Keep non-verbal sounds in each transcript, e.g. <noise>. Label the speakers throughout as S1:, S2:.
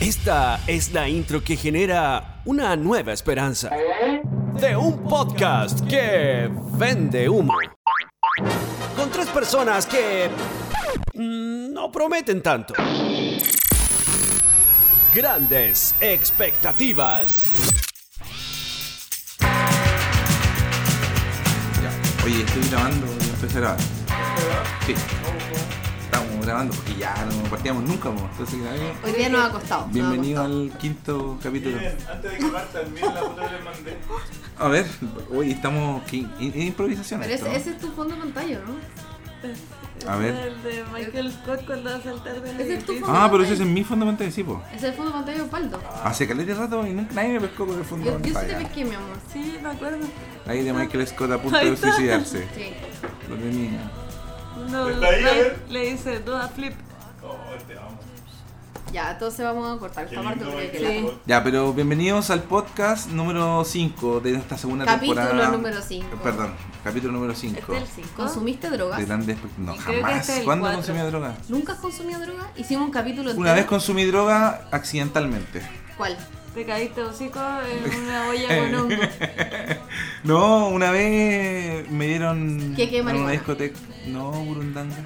S1: Esta es la intro que genera una nueva esperanza de un podcast que vende humo. Con tres personas que mm, no prometen tanto. Grandes expectativas.
S2: Ya. Oye, estoy grabando, ya empecé a grabar. Sí. Estamos grabando porque ya no partíamos nunca, mo. entonces grabé.
S3: Hoy día nos ha costado. nos ha
S2: Bienvenido
S3: costado.
S2: al quinto capítulo.
S4: Miren, antes de que partan, miren la foto que les mandé.
S2: A ver, hoy estamos. ¿qué? ¿Es improvisación
S3: Pero
S2: esto?
S3: ese, ese es tu fondo de pantalla, ¿no?
S2: A ver.
S5: El de Michael Scott cuando va a saltar del
S3: Ese es tu
S5: edificio.
S3: fondo.
S2: Ah, pero ese es en mi fondo de pantalla, sí, po.
S3: Ese es el fondo de pantalla de Osvaldo.
S2: Hace caleta de rato y nunca nadie me pescó con el fondo de
S3: Yo, yo sí te Ah.
S2: pantalla.
S3: pesqué, mi amor.
S5: Sí, me acuerdo.
S2: Ahí de Michael Scott a punto
S5: Ahí
S2: de
S5: está.
S2: suicidarse.
S3: Sí.
S2: Lo tenía.
S5: Uno
S4: Está ahí, a ver.
S5: le dice duda flip.
S4: Oh, te amo.
S3: Ya, entonces vamos a cortar
S4: Qué
S3: esta parte
S4: lindo,
S3: porque
S4: qué
S3: que la-
S5: Sí.
S4: lindo.
S2: Ya, pero bienvenidos al podcast número 5 de esta segunda
S3: Capítulo
S2: temporada.
S3: número cinco.
S2: Eh, Perdón, capítulo número 5.
S5: Este es el 5.
S3: ¿Consumiste drogas?
S2: De grandes expect- No,
S5: Y creo que
S2: jamás.
S5: este es el
S2: ¿Cuándo
S5: cuatro.
S2: consumí droga?
S3: ¿Nunca has consumido drogas? Hicimos un capítulo
S2: Una vez
S3: entero.
S2: consumí droga accidentalmente.
S3: ¿Cuál? <laughs>
S5: Te caíste hocico en una olla con hongo.
S2: No, una vez me dieron
S3: ¿Qué, qué,
S2: en una
S3: marihuana?
S2: discoteca. No, burundanga.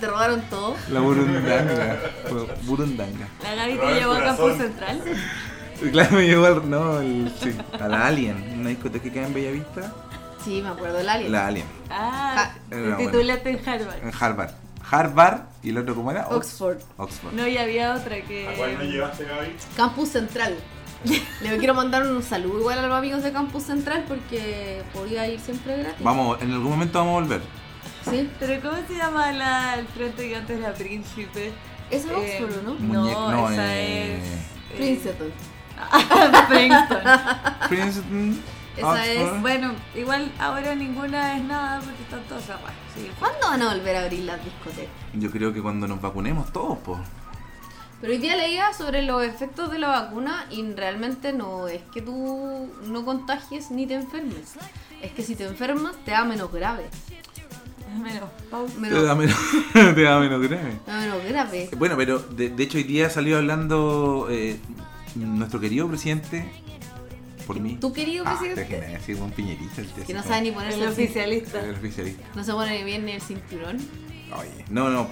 S3: ¿Te robaron todo?
S2: La burundanga. Fue burundanga.
S5: La Gaby
S4: Roba
S5: te
S4: el
S5: llevó a Campus
S4: corazón.
S5: Central.
S2: Claro, me llevó al, no, al- sí, a la Alien. Una discoteca que queda en Bellavista.
S3: Sí, me acuerdo, el alien.
S2: La Alien.
S5: Ah,
S3: Ja.
S5: te
S2: Era bueno.
S5: titulaste en Harvard.
S2: En Harvard. Harvard y el otro, ¿cómo era? Ox-
S3: Oxford.
S2: Oxford.
S5: No, y había otra que.
S4: ¿A cuál me llevaste, Gaby?
S3: Campus Central. <laughs> Le quiero mandar un saludo igual a los amigos de Campus Central porque podía ir siempre gratis.
S2: Vamos, en algún momento vamos a
S3: <laughs>
S2: volver.
S3: ¿Sí?
S5: Pero ¿cómo se llama la, el frente que antes era Príncipe?
S3: Esa es
S5: Eh,
S3: Oxford, ¿o ¿no?
S2: Muñe-
S5: No,
S2: no,
S5: esa
S2: eh,
S5: es. eh,
S3: Princeton.
S5: <laughs> Princeton.
S2: Princeton.
S3: Esa es-
S2: Oxford.
S5: bueno, igual ahora ninguna es nada porque están todos cerrados. Sí,
S3: ¿Cuándo van a volver a abrir las discotecas?
S2: Yo creo que cuando nos vacunemos todos, po.
S3: Pero hoy día leía sobre los efectos de la vacuna y realmente no es que tú no contagies ni te enfermes. Es que si te enfermas te da menos grave.
S5: menos pausa.
S2: Te
S3: Menos,
S2: da menos, <laughs> te da menos grave.
S3: menos grave.
S2: Bueno, pero de, de hecho hoy día salió hablando eh, nuestro querido presidente por mí.
S3: Tu querido
S2: Ah,
S3: presidente.
S2: te imaginas, sí, un piñerista. el
S3: Que no
S2: así
S3: sabe ni
S5: El
S3: ponerse el
S5: oficialista.
S2: como- El oficialista.
S3: No se pone bien ni el cinturón.
S2: Oye, no, no.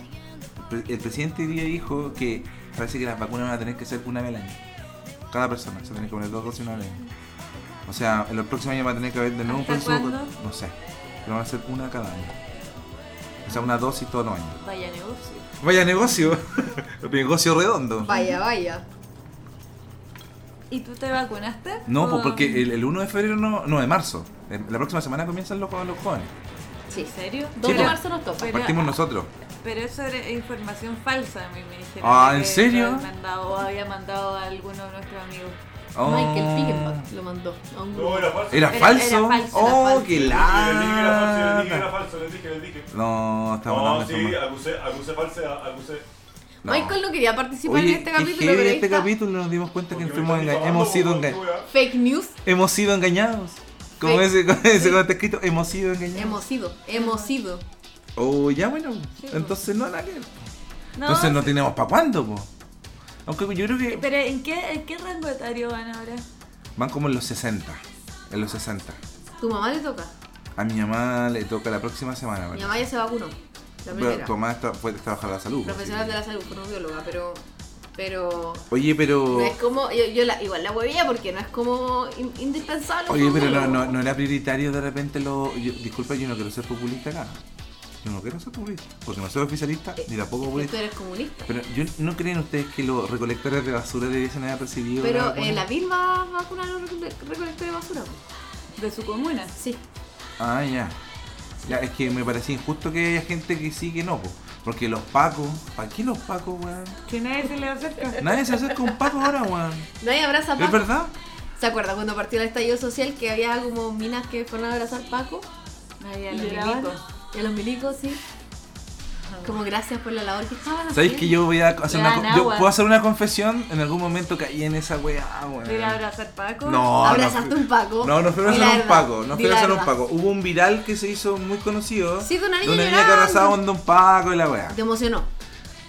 S2: Pre- El presidente hoy día dijo que parece que las vacunas van a tener que ser una vez al año. Cada persona se tiene que poner dos dosis una vez al año. O sea, en los próximos años va a tener que haber de nuevo un
S5: ¿Hasta
S2: proceso.
S5: cuándo?
S2: No sé. Pero van a ser una cada año. O sea, una dosis todos los años.
S5: Vaya negocio.
S2: Vaya negocio. <laughs> negocio redondo.
S3: Vaya, vaya.
S5: ¿Y tú te vacunaste?
S2: No, pues
S5: ¿O-
S2: porque el, el 1 de febrero no, no, de marzo. El- La próxima semana comienzan los, los jóvenes.
S3: Sí.
S5: ¿En serio?
S3: 2 de
S2: po.
S3: marzo nos toca.
S5: Pero-
S2: Partimos nosotros.
S5: Pero eso era información falsa, a mí me dijeron.
S2: Ah,
S5: que
S2: ¿en serio?
S5: lo habían mandado, o había mandado a alguno de nuestros amigos.
S2: Oh.
S3: Michael Figgenbach lo mandó a un
S4: No,
S3: grupo.
S4: era falso.
S2: ¿Era
S5: Era-
S2: falso?
S5: era falso, era
S2: oh,
S5: falso.
S2: qué
S4: Les dije que era falso, les dije que era
S2: lata.
S4: falso, les dije, les dije.
S2: No, estamos
S4: No,
S2: hablando de Este
S4: sí,
S2: forma-
S4: acusé, acusé falsedad, acusé.
S2: no.
S3: Michael no quería participar
S2: Oye,
S3: en este
S2: qué
S3: capítulo,
S2: heavy
S3: pero ahí
S2: este
S3: está.
S2: capítulo nos dimos cuenta que
S4: Porque me
S2: fuimos
S4: estoy
S2: enga-
S4: tomando
S2: hemos, sido
S4: como
S2: enga-
S4: tú, ¿eh?
S3: Fake news.
S2: hemos sido engañados. Como
S3: Fake-
S2: ese, como ese
S3: sí.
S2: como está escrito, hemos sido engañados.
S3: Hemos pues. ido, hemos ido.
S2: Oh, ya bueno,
S5: Sí, po.
S2: entonces no, nada que ver.
S5: No,
S2: Entonces no tenemos para cuándo, po. Aunque yo creo que
S5: Pero ¿en qué, ¿en qué rango etario van ahora?
S2: van como en los 60. En los 60.
S3: Tu mamá le toca.
S2: A mi mamá le toca la próxima semana.
S3: Mi
S2: ¿vale?
S3: mamá ya se vacunó. La
S2: Pero
S3: primera.
S2: tu mamá está- fue trabajadora de la salud.
S3: profesional
S2: así
S3: de
S2: que-
S3: la salud, no bióloga, pero pero
S2: Oye, pero.
S3: no es como yo, yo la, igual la huevía porque no es como in- indispensable.
S2: Oye,
S3: como
S2: pero no,
S3: biólogo.
S2: no, no era prioritario de repente lo. yo- disculpa, yo no quiero ser populista acá. Yo no quiero ser populista. Porque no soy oficialista ni tampoco
S3: Que Tú
S2: populista.
S3: eres comunista.
S2: Pero yo no creen ustedes que los recolectores de basura debiesen haber recibido. la
S3: Pero
S2: vacuna?
S3: eh, la misma vacuna no recolectores de basura. pues.
S5: De su comuna.
S3: Sí.
S2: Ah, ya. Ya, es que me parecía injusto que haya gente que sí que no, po. Porque los pacos. ¿Para qué los pacos, weón?
S5: Si nadie se le acerca.
S2: Nadie se acerca a un paco ahora, weón.
S3: Nadie abraza a
S2: ¿Es
S3: Paco.
S2: verdad?
S3: ¿Se acuerdan cuando partió el estallido social que había como minas que fueron a abrazar a Paco?
S5: Nadie
S3: Y lloraban. Y a los milicos, sí. Como gracias por la labor que estaban haciendo.
S2: ¿Sabéis que yo voy a hacer
S5: Le
S2: una.
S5: dan
S2: co- Yo
S5: agua.
S2: puedo hacer una confesión. En algún momento caí en esa weá, weón.
S5: ¿Ir a abrazar Paco?
S2: No,
S3: Abrazaste
S2: no,
S3: un Paco.
S2: No, no fue
S3: Di la
S2: abrazar a un
S3: verdad,
S2: Paco, no
S3: di
S2: fue
S3: la
S2: abrazar a un
S3: verdad.
S2: Paco. Hubo un viral que se hizo muy conocido.
S3: Sí, de una niña
S2: que
S3: llorando.
S2: abrazaba a un Don Paco y la weá.
S3: Te emocionó.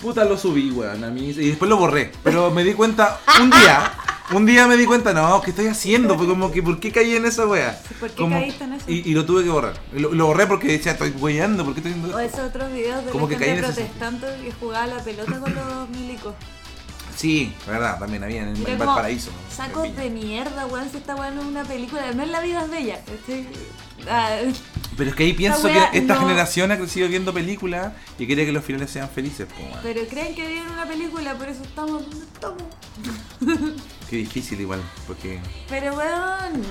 S2: Puta, lo subí, weón, a mí. Y después lo borré. Pero me di cuenta un día. Un día me di cuenta, no, ¿qué estoy haciendo? Fue como que, ¿por qué caí en esa wea?
S5: ¿por qué
S2: Como-
S5: caíste en eso?
S2: Y, y lo tuve que borrar. Lo, lo borré porque decía, estoy weyando, ¿por qué estoy haciendo
S5: O esos otros videos de
S2: Como
S5: la
S2: que
S5: gente
S2: caí en ese-
S5: protestante que jugaba a la pelota con los milicos.
S2: Sí, la verdad, también había en,
S5: Era
S2: en
S5: como,
S2: Valparaíso.
S5: Sacos de mierda, weón, si esta weón es una película. Además la vida es bella. Este- ah,
S2: Pero es que ahí pienso
S5: Esta
S2: que
S5: wea
S2: esta
S5: no-
S2: generación ha crecido viendo películas y quería que los finales sean felices, po, weón.
S5: pero creen que viven una película, por eso estamos donde estamos.
S2: Qué difícil igual, porque.
S5: Pero weón,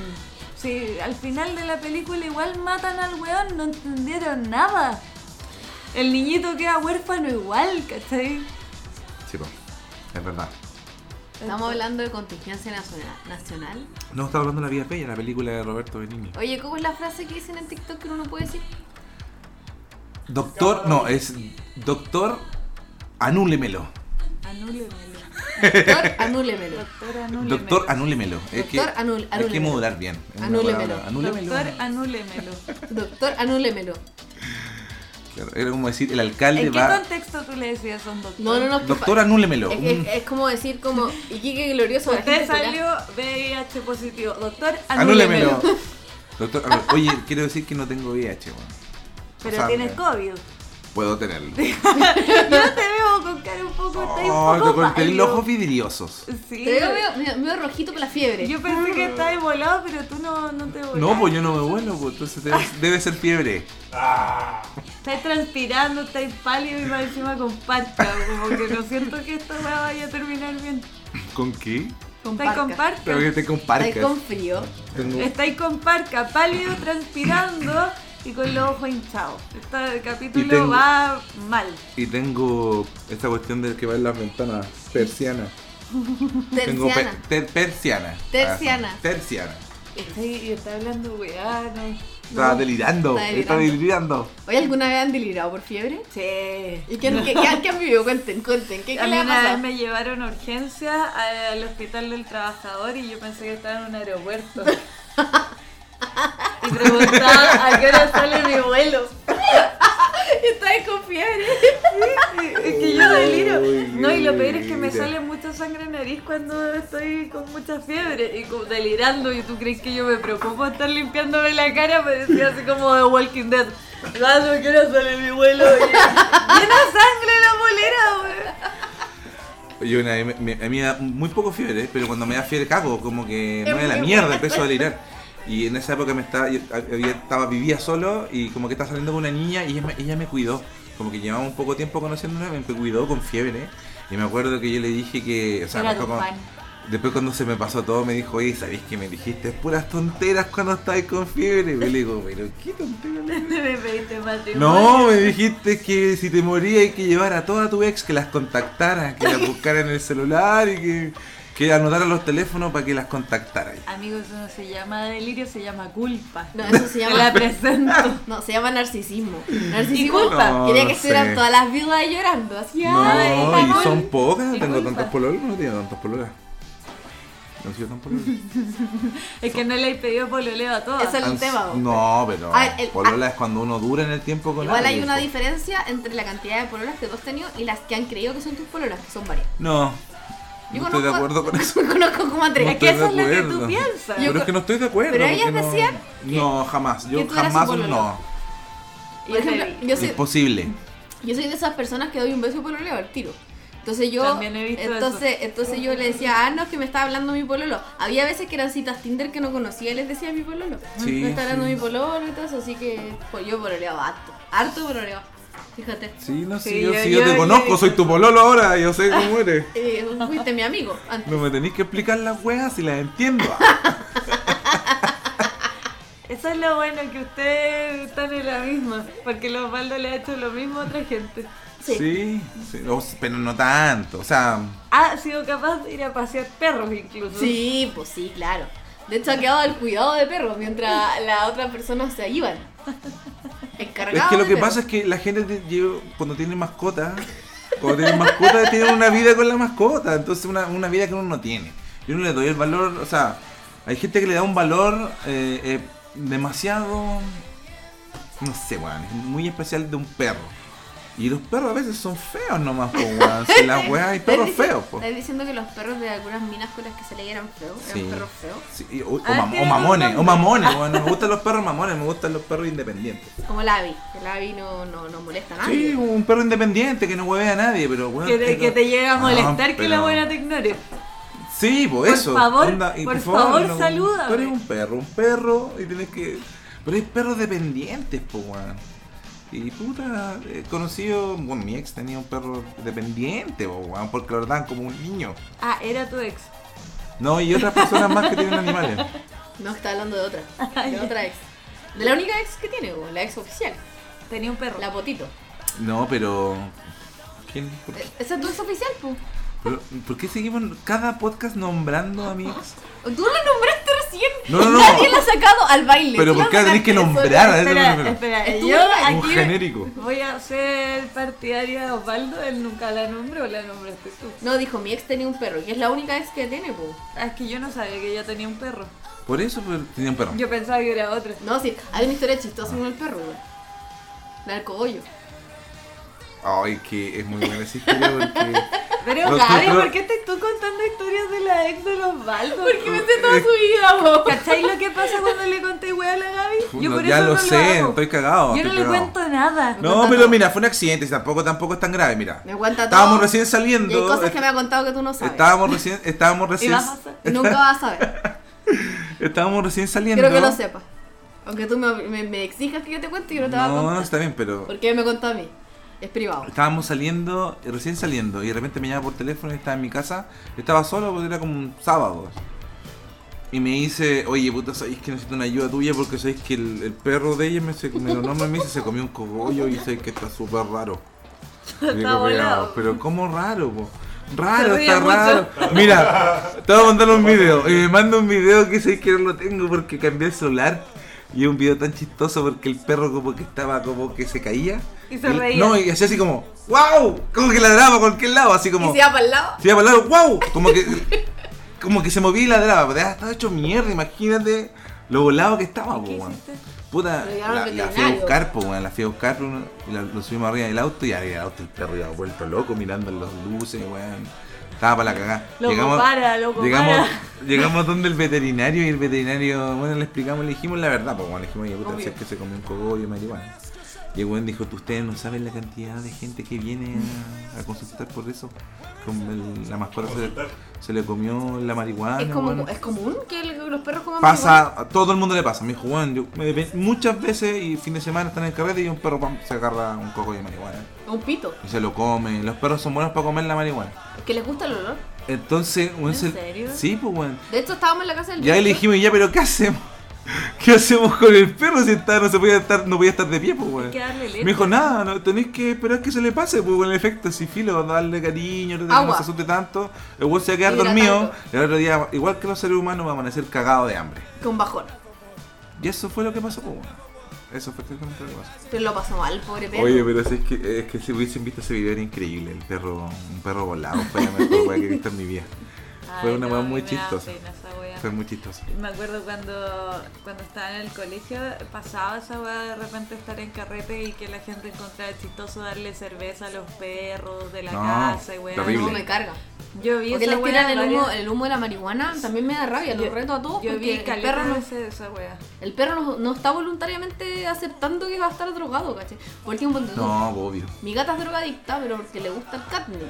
S5: si al final de la película igual matan al weón, no entendieron nada. El niñito queda huérfano igual, ¿cachai?
S2: Sí, po, es verdad.
S3: Estamos hablando de contingencia nacional. nacional.
S2: No, estaba hablando de La Vida es Bella, la película de Roberto Benigni.
S3: Oye, ¿cómo es la frase que dicen en TikTok que uno no <laughs> puede decir?
S2: Doctor, no, es Doctor, anúlemelo.
S5: Anúlemelo.
S3: Doctor, anúlemelo.
S5: Doctor, anúlemelo.
S2: Doctor, anúlemelo. Es que,
S3: Doctor, anul-
S2: Hay que
S3: anúlemelo.
S2: modular bien. Es una
S3: Anúlemelo.
S2: palabra, Anúlemelo.
S5: Doctor, anúlemelo.
S3: Doctor, anúlemelo.
S2: Claro, era como decir, el alcalde
S5: ¿En qué
S2: va.
S5: contexto tú le decías a un doctor?
S3: No, no, no. es que
S2: Doctor,
S3: pa-
S2: anúlemelo.
S3: es,
S2: Mm.
S3: es- es como decir como Iquique glorioso. la
S5: Usted
S3: gente curá.
S5: salió VIH positivo. Doctor, anúlemelo.
S2: Anúlemelo. Doctor, anúlemelo. oye, quiero decir que no tengo VIH, weón.
S5: Pero
S2: O sea,
S5: tienes COVID.
S2: Puedo tenerlo.
S5: Yo te veo con cara un poco, estáis
S2: Oh,
S5: un
S2: te
S5: poco
S2: corté los
S5: pálido.
S2: ojos vidriosos.
S5: Sí.
S3: Te veo medio, medio- medio rojito con la fiebre.
S5: Yo pensé que estabas volado, pero tú no, no te volaste.
S2: No, pues yo no me vuelo, pues entonces debe, debe ser fiebre.
S5: Estáis transpirando, estáis pálido y más encima con parca. Como que no siento que esta weá vaya a terminar bien.
S2: ¿Con qué?
S3: con
S5: Estáis con
S3: parca.
S2: Tengo que
S5: parca.
S2: estar con
S3: Estáis
S2: parcas.
S3: con frío.
S2: Tengo-
S5: Estáis con parca, pálido, transpirando y con los ojos hinchados. Este capítulo
S2: Y tengo-
S5: va mal.
S2: Y tengo esta cuestión del que va en las ventanas. Persiana. Tengo pe-
S3: Terciana.
S2: ter- persiana.
S3: Terciana.
S2: Ah, Terciana.
S5: Estoy, está hablando weá, no.
S2: Estaba delirando.
S3: está
S2: Está delirando.
S3: ¿Oye, alguna vez han delirado por fiebre?
S5: Sí.
S3: ¿Y qué, qué- qué- qué han vivido? Cuenten, cuenten. ¿Qué, qué
S5: A mí
S3: le ha
S5: una vez
S3: pasado?
S5: me llevaron a urgencia eh, al hospital del trabajador y yo pensé que estaba en un aeropuerto.
S3: <laughs>
S5: y preguntaba a qué hora sale mi vuelo. <laughs>
S3: Estáis con fiebre.
S5: Es que yo deliro.
S2: Uy,
S5: No, y lo peor es que me
S2: mira.
S5: sale mucha sangre en la nariz cuando estoy con mucha fiebre y como delirando. Y tú crees que yo me preocupo de estar limpiándome la cara, me decía así como de Walking Dead. Ah, no quiero salir mi vuelo. Y- <laughs> Llena de sangre la bolera, weón.
S2: Yo una vez me- me- a mí me da muy poco fiebre, pero cuando me da fiebre cago, como que
S3: Es
S2: me da la
S3: muy
S2: mierda,
S3: bueno.
S2: empiezo a delirar. Y en esa época me estaba, yo había- estaba, vivía solo y como que estaba saliendo con una niña y ella me, ella me cuidó. Como que llevaba un poco tiempo conociéndola, me cuidó con fiebre. Y me acuerdo que yo le dije que... O sea,
S5: Era
S2: me
S5: tu
S2: acuerdo
S5: fan.
S2: Después cuando se me pasó todo me dijo, oye, ¿sabéis que me dijiste puras tonteras cuando estáis con fiebre? Y yo le digo, pero ¿qué tonteras? le
S5: Me pediste matrimonio.
S2: No, me dijiste que si te moría hay que llevar a toda tu ex, que las contactara, que las buscara en el celular y que, que anotara los teléfonos para que las contactara.
S5: Amigos, eso no se llama delirio, se llama culpa.
S3: No, eso se
S5: Te
S3: llama...
S5: la presento.
S3: No, se llama narcisismo.
S5: Y
S3: Narcisismo.
S5: culpa.
S2: No,
S3: Quería
S2: no
S3: que estuvieran
S2: sé.
S3: todas las viudas llorando. Así, ay,
S2: No,
S3: la
S2: y son
S3: gol.
S2: pocas, no
S5: Y
S2: tengo
S5: culpa.
S2: tantos pololos, no tengo tantos pololas. No he sido tan
S3: <laughs>
S2: polola.
S5: Es que no le he pedido pololeo a todas.
S3: Es el
S2: Han-
S3: tema. vos.
S2: No, pero
S3: A ver, el- ah.
S2: polola es cuando uno dura en el tiempo con
S3: Igual hay
S2: alguien,
S3: una
S2: po.
S3: diferencia entre la cantidad de pololas que tú has tenido y las que han creído que son tus pololas, que son varias.
S2: No,
S3: Yo
S2: no estoy de
S3: conozco-
S2: acuerdo
S3: <laughs>
S2: con eso.
S3: conozco como a tres.
S2: No
S5: que
S2: estoy de
S5: eso es lo que tú
S2: acuerdo.
S5: piensas.
S2: Pero
S3: Yo-
S2: es que no estoy de acuerdo.
S3: Pero ellas
S2: porque no-
S3: decían que-
S2: No, jamás. Yo
S3: que tú eras
S2: jamás
S3: un pololo.
S2: no.
S3: Por ejemplo, yo soy,
S2: Imposible.
S3: yo soy de esas personas que doy un beso y pololeo al tiro. Entonces yo,
S5: También he visto
S3: entonces, entonces yo le decía, ah, no, es que me estaba hablando mi pololo. Había veces que eran citas Tinder que no conocía y les decía mi pololo.
S2: Sí,
S3: me está hablando
S2: sí.
S3: mi pololo y todo eso, así que pues, yo pololeaba harto, harto pololeaba. Fíjate,
S2: Sí, no sé,
S5: Sí,
S2: yo,
S5: yo-
S2: sí, yo
S5: yo-
S2: te
S5: yo-
S2: conozco, soy tu pololo ahora, yo sé cómo eres.
S3: eh, fuiste mi amigo antes.
S2: No me tenéis que explicar las weas si las entiendo.
S5: Eso es lo bueno, que ustedes están en la misma. Porque los Osvaldo le ha hecho lo mismo a otra gente.
S3: Sí.
S2: Sí, sí, o s- pero no tanto, o sea,
S5: Ha sido capaz de ir a pasear perros
S3: <laughs>
S5: incluso.
S3: Sí, pues sí, claro. De hecho, ha quedado al cuidado de perros mientras las otras personas se iban. Encargado
S2: es que lo
S3: de
S2: que
S3: perros.
S2: pasa es que la gente te- lleva- cuando tiene mascota, cuando tiene mascota, <laughs> tiene una vida con la mascota, entonces una, una vida que uno no tiene. Yo no le doy el valor, o sea, hay gente que le da un valor eh, eh, demasiado, no sé, weón, muy especial de un perro. Y los perros a veces son feos nomás, po, weón. Si
S5: <laughs>
S2: las weas hay perros
S3: ¿Estás dici-
S2: feos, po.
S3: Estás diciendo que los perros de algunas minas con las que se leía eran feos,
S2: Sí.
S3: eran perros feos.
S2: Sí, y- o, o
S5: Ah,
S2: mam-
S5: tiene
S2: o mamones,
S5: un
S2: o
S5: nombre.
S2: mamones, weón. No me gustan los perros mamones, me gustan los perros independientes.
S3: Como el Abby, que el Abby no, no, no molesta a nadie.
S2: Sí, un perro independiente que no hueve a nadie, pero weón.
S5: Que te,
S2: tengo-
S5: que te llegue a molestar
S2: Ah,
S5: que la
S2: pero-
S5: buena te ignore.
S2: Sí, po,
S5: Por
S2: eso.
S5: favor,
S2: y
S5: por favor,
S2: Tú
S5: salúdame.
S2: eres un perro, un perro, y tienes que. Pero hay perros dependientes, po, weón. Y puta, he conocido. Bueno, mi ex tenía un perro dependiente, po, weón, porque lo trataban como un niño.
S5: Ah, era tu ex.
S2: No, y otras personas más que tienen animales.
S3: No, está hablando de otra, de otra ex. De la única ex que tiene, bo, la ex oficial,
S5: Tenía un perro.
S3: la potito.
S2: No, pero. ¿Quién? ¿Por qué,
S3: Eh, Esa es tu ex oficial, po.
S2: pero, ¿por qué seguimos cada podcast nombrando a mi ex?
S3: Tú la nombraste recién.
S2: No, no, no.
S3: Nadie la ha sacado al baile.
S2: Pero
S3: Tú la
S2: ¿por qué la tenés que
S3: sacaste
S2: nombrar? A eso me
S5: espera,
S2: refiero.
S5: espera.
S3: Es tu
S5: Yo
S3: ex.
S2: Un
S5: aquí
S2: genérico.
S5: voy a ser partidaria de Osvaldo. Él nunca la nombró, la nombraste tú.
S3: sola. No, dijo, mi ex tenía un perro, y es la única ex que tiene, po.
S5: Ah, Es que yo no sabía que ella tenía un perro.
S2: Por eso pero, tenía un perro.
S5: Yo pensaba que era otra.
S3: No, sí, hay una historia chistosa con el perro, weón. La del cogollo.
S2: Ay, que es muy buena esa historia porque.
S5: Pero
S2: No,
S5: Gaby,
S2: pero-
S5: ¿por qué te estoy contando historias de la ex de los Baldos?
S3: Porque me sé toda su vida, po.
S5: ¿Cachai lo que pasa cuando le conté wea a la Gaby? <laughs> Yo
S2: No,
S5: por
S2: ya
S5: eso
S2: lo
S5: no
S2: sé,
S5: hago.
S2: estoy cagado.
S5: Yo no
S2: estoy
S5: le
S2: cagado.
S5: cuento nada.
S2: No, pero mira, fue un accidente, si tampoco, tampoco es tan grave, mira.
S3: Me aguanta todo.
S2: Estábamos recién
S3: Y hay
S2: saliendo.
S3: cosas que
S2: est-
S3: me ha contado que tú no sabes.
S2: Estábamos recién, estábamos
S5: Y
S2: recién,
S5: vas a hacer-
S3: Nunca vas a saber.
S2: <laughs> estábamos recién saliendo.
S3: Quiero que lo sepas. Aunque tú me, me- me exijas que yo te cuente, yo no te voy a
S2: No,
S3: contar.
S2: está bien, pero
S3: Porque me contó a mí. Es privado.
S2: estábamos saliendo, recién saliendo, y de repente me llama por teléfono y estaba en mi casa. Yo estaba solo porque era como un sábado. Y me dice, oye puta, sabéis que necesito una ayuda tuya porque sabéis que el, el perro de ella me, se, me lo nombra y me dice se comió un cogollo y sabéis que está súper
S5: <laughs>
S2: raro. Y digo,
S5: Está volado.
S2: pero, pero cómo raro, po. Raro,
S5: Se ríe
S2: está
S5: mucho.
S2: raro. Mira, te voy a mandar un video. Y me manda un video que sé que no lo tengo porque cambié el celular. Y es un video tan chistoso porque el perro como que estaba como que se caía.
S5: Y se reía.
S2: No, y hacía así como, wow, como que ladraba a cualquier lado, así como...
S3: ¿Y si va para el lado?
S2: Se iba para el lado, wow, como que, como que se movía y ladraba, pero ya estaba hecho mierda, imagínate lo volado que estaba, po,
S5: ¿Qué
S2: weón.
S5: hiciste?
S2: Puta,
S3: Lo llevaron
S2: la,
S3: al
S2: la fui a
S3: veterinario.
S2: buscar, po, weón, la fui a buscar, po, y la- lo subimos arriba del auto y arriba del auto el perro ya vuelto loco mirando las luces, weón. Estaba para la cagada.
S5: Loco, para, loco,
S2: llegamos,
S5: para.
S2: llegamos donde el veterinario y el veterinario, bueno, le explicamos, le dijimos la verdad, pues, le dijimos, oye, puta,
S5: Obvio.
S2: si es que se comió un cogollo de marihuana. Y el weón dijo, tú ustedes no saben la cantidad de gente que viene a, a consultar por eso. Como el- la mascota se, le- se le comió la marihuana.
S3: es, como,
S2: weón.
S3: es común que el- los perros coman marihuana?
S2: Pasa, a todo el mundo le pasa. Me dijo, weón, yo- me- me- muchas veces y fin de semana están en el carrete y un perro pam, se agarra un cogollo de marihuana.
S3: Un pito.
S2: Y se lo come. Los perros son buenos para comer la marihuana.
S3: Que les gusta el olor.
S2: Entonces, weón,
S5: ¿En
S2: se-
S5: serio?
S2: Sí, pues weón.
S3: De hecho, estábamos en la casa del
S2: Ya le
S3: director.
S2: dijimos, ya, pero ¿qué hacemos? <laughs> ¿Qué hacemos con el perro si está, no se podía estar, no podía estar de pie, pues, weón?
S5: Hay que darle leche.
S2: Me dijo, nada, no, tenéis que esperar que se le pase, pues, con el efecto, si filo, darle cariño, tratar de que no
S3: Agua.
S2: se asuste tanto, el weón se va a quedar
S3: Hidratando.
S2: dormido, y al otro día, igual que los seres humanos, va a amanecer cagado de hambre.
S3: Con bajón.
S2: Y eso fue lo que pasó, pues, weón. Eso fue exactamente lo que pasó.
S3: Pero lo pasó mal, pobre perro.
S2: Oye, pero si es que, es que si hubiesen visto ese video era increíble, el perro, un perro volado, fue la mejor weá que he visto en mi vida. fue
S5: Ay,
S2: una
S5: no,
S2: weá
S5: a mí
S2: muy
S5: me da
S2: chistosa.
S5: pena esa wea.
S2: Fue muy chistoso.
S5: Me acuerdo cuando, cuando estaba en el colegio, pasaba esa weá de repente estar en carrete y que la gente encontraba chistoso darle cerveza a los perros de la
S2: No,
S5: casa y weá.
S2: terrible.
S3: No me carga.
S5: Yo vi
S3: Porque
S5: esa
S3: les
S5: weá
S3: tiran el humo,
S5: varias-
S3: el humo de la marihuana. También me da rabia. Los
S5: Yo-
S3: reto a todos.
S5: Yo vi
S3: porque el
S5: caleta
S3: perro no
S5: veces de esa wea.
S3: El perro no, no está voluntariamente aceptando que va a estar drogado, ¿cachai? Por tiempo
S2: No, obvio.
S3: Mi gata es drogadicta, pero porque le gusta el catnip.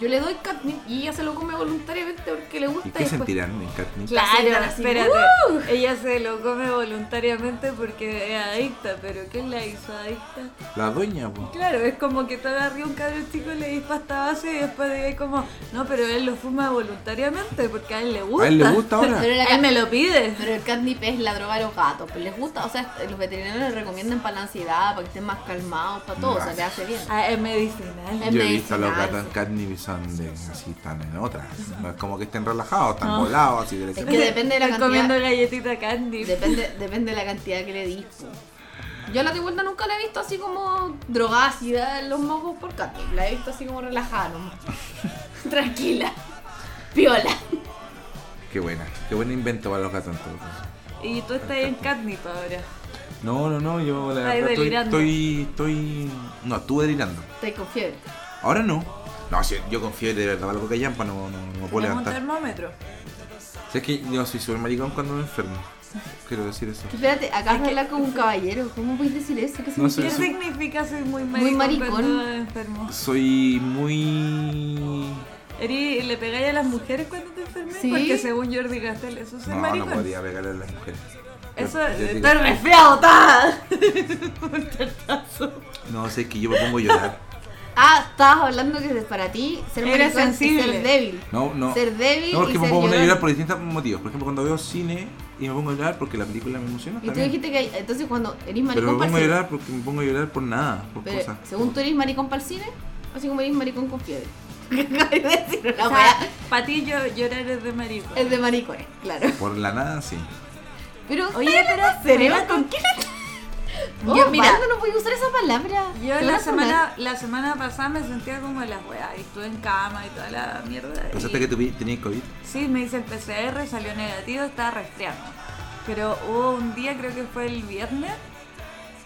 S3: Yo le doy catnip y ella se lo come voluntariamente porque le gusta.
S2: ¿Y qué
S3: después-
S2: sentirán en Katniss?
S3: La señora
S5: Claro,
S3: así,
S5: espérate. <laughs> Ella se lo come voluntariamente porque es adicta, pero ¿qué la hizo adicta?
S2: La doña, pues.
S5: Claro, es como que te agarré un cabrón chico y le dis pasta base y después digáis como, no, pero él lo fuma voluntariamente porque a él le gusta.
S2: A él le
S5: <laughs>
S2: gusta
S3: <laughs>
S2: ahora.
S3: Pero la
S5: Él me lo pide.
S3: Pero el catnip es la droga de los gatos, pero les gusta, o sea, los veterinarios les recomiendan para la ansiedad, para que estén más calmados, para todo, o sea,
S2: Nice.
S3: le hace bien.
S5: Ah, es medicinal.
S3: Es
S2: Yo he visto a los
S3: medicinal,
S2: gatos en
S3: sí.
S2: Katniss y son de, así, están en otras. No es como que estén relajados, están volados, así de
S3: Es que depende de la
S5: Estoy
S3: cantidad.
S5: comiendo galletita candy.
S3: Depende, depende de la cantidad que le dis. po. Yo a la de vuelta nunca la he visto así como drogada, así de los mocos por catnip. La he visto así como relajada nomás. <laughs> Tranquila. Piola.
S2: Qué buena, qué buen invento para los gatos en todo caso.
S5: Y tú estás en catnip ahora.
S2: No, no, no, yo la
S5: Ahí
S2: verdad estoy,
S5: delirando.
S2: estoy, estoy- No, estuve delirando.
S3: Estoy con fiebre.
S2: Ahora no. No, si yo con fiebre de verdad, para la coca yampa pues no, no, no me puedo
S5: Tenemos un
S2: levantar.
S5: termómetro.
S2: Si es que yo soy súper maricón cuando me enfermo. Quiero decir eso.
S3: Espérate, acabas de hablar con un caballero. ¿Cómo puedes decir eso? ¿Qué
S2: No
S5: ¿Qué
S2: sé,
S3: significa?
S2: soy-
S5: significa soy muy maricón,
S3: Muy maricón.
S5: cuando enfermo?
S2: Soy muy...
S5: Eri, ¿le pegáis a las mujeres cuando te enfermas?
S3: Sí.
S5: Porque según Jordi Castel, eso es ser
S2: No,
S5: maricón.
S2: no podía pegarle a las mujeres.
S5: Eso,
S2: Yo- yo digo-
S5: está resfriado, está. Un tartazo.
S2: No, sé, es que yo me pongo a llorar.
S3: Ah, estabas hablando que para ti ser
S5: Era
S3: maricón es
S5: sensible.
S3: ser débil.
S2: No, no.
S3: Ser débil
S2: No, porque
S3: y
S2: me
S3: ser
S2: pongo a llorar
S3: llorón.
S2: por distintos motivos. Por ejemplo, cuando veo cine y me pongo a llorar porque la película me emociona.
S3: Y tú
S2: también.
S3: dijiste que hay- entonces cuando eres
S2: Pero
S3: maricón
S2: me pongo a
S3: cine-
S2: llorar porque me pongo a llorar por nada, por
S3: Pero,
S2: cosas.
S3: según tú eres maricón para el cine, así como eres maricón con fiebre. <laughs> Acabas de decir una
S5: O sea,
S3: weá.
S5: para ti yo, llorar es de maricón.
S3: Es de maricones, claro.
S2: Por la nada, sí.
S3: Pero,
S5: Oye, pero
S3: cerebro,
S5: pero-
S3: ¿con qué le <laughs>
S5: Yo,
S3: Yo,
S5: mira.
S3: mira, no podía usar esa palabra.
S5: Yo
S3: Te van
S5: la
S3: a funar.
S5: semana, la semana pasada me sentía como la weá, y estuve en cama y toda la mierda.
S2: ¿Pensaste
S5: y-
S2: que tuvi- tenías COVID?
S5: Sí, me hice el PCR, salió negativo, estaba resfriado. Pero hubo un día, creo que fue el viernes,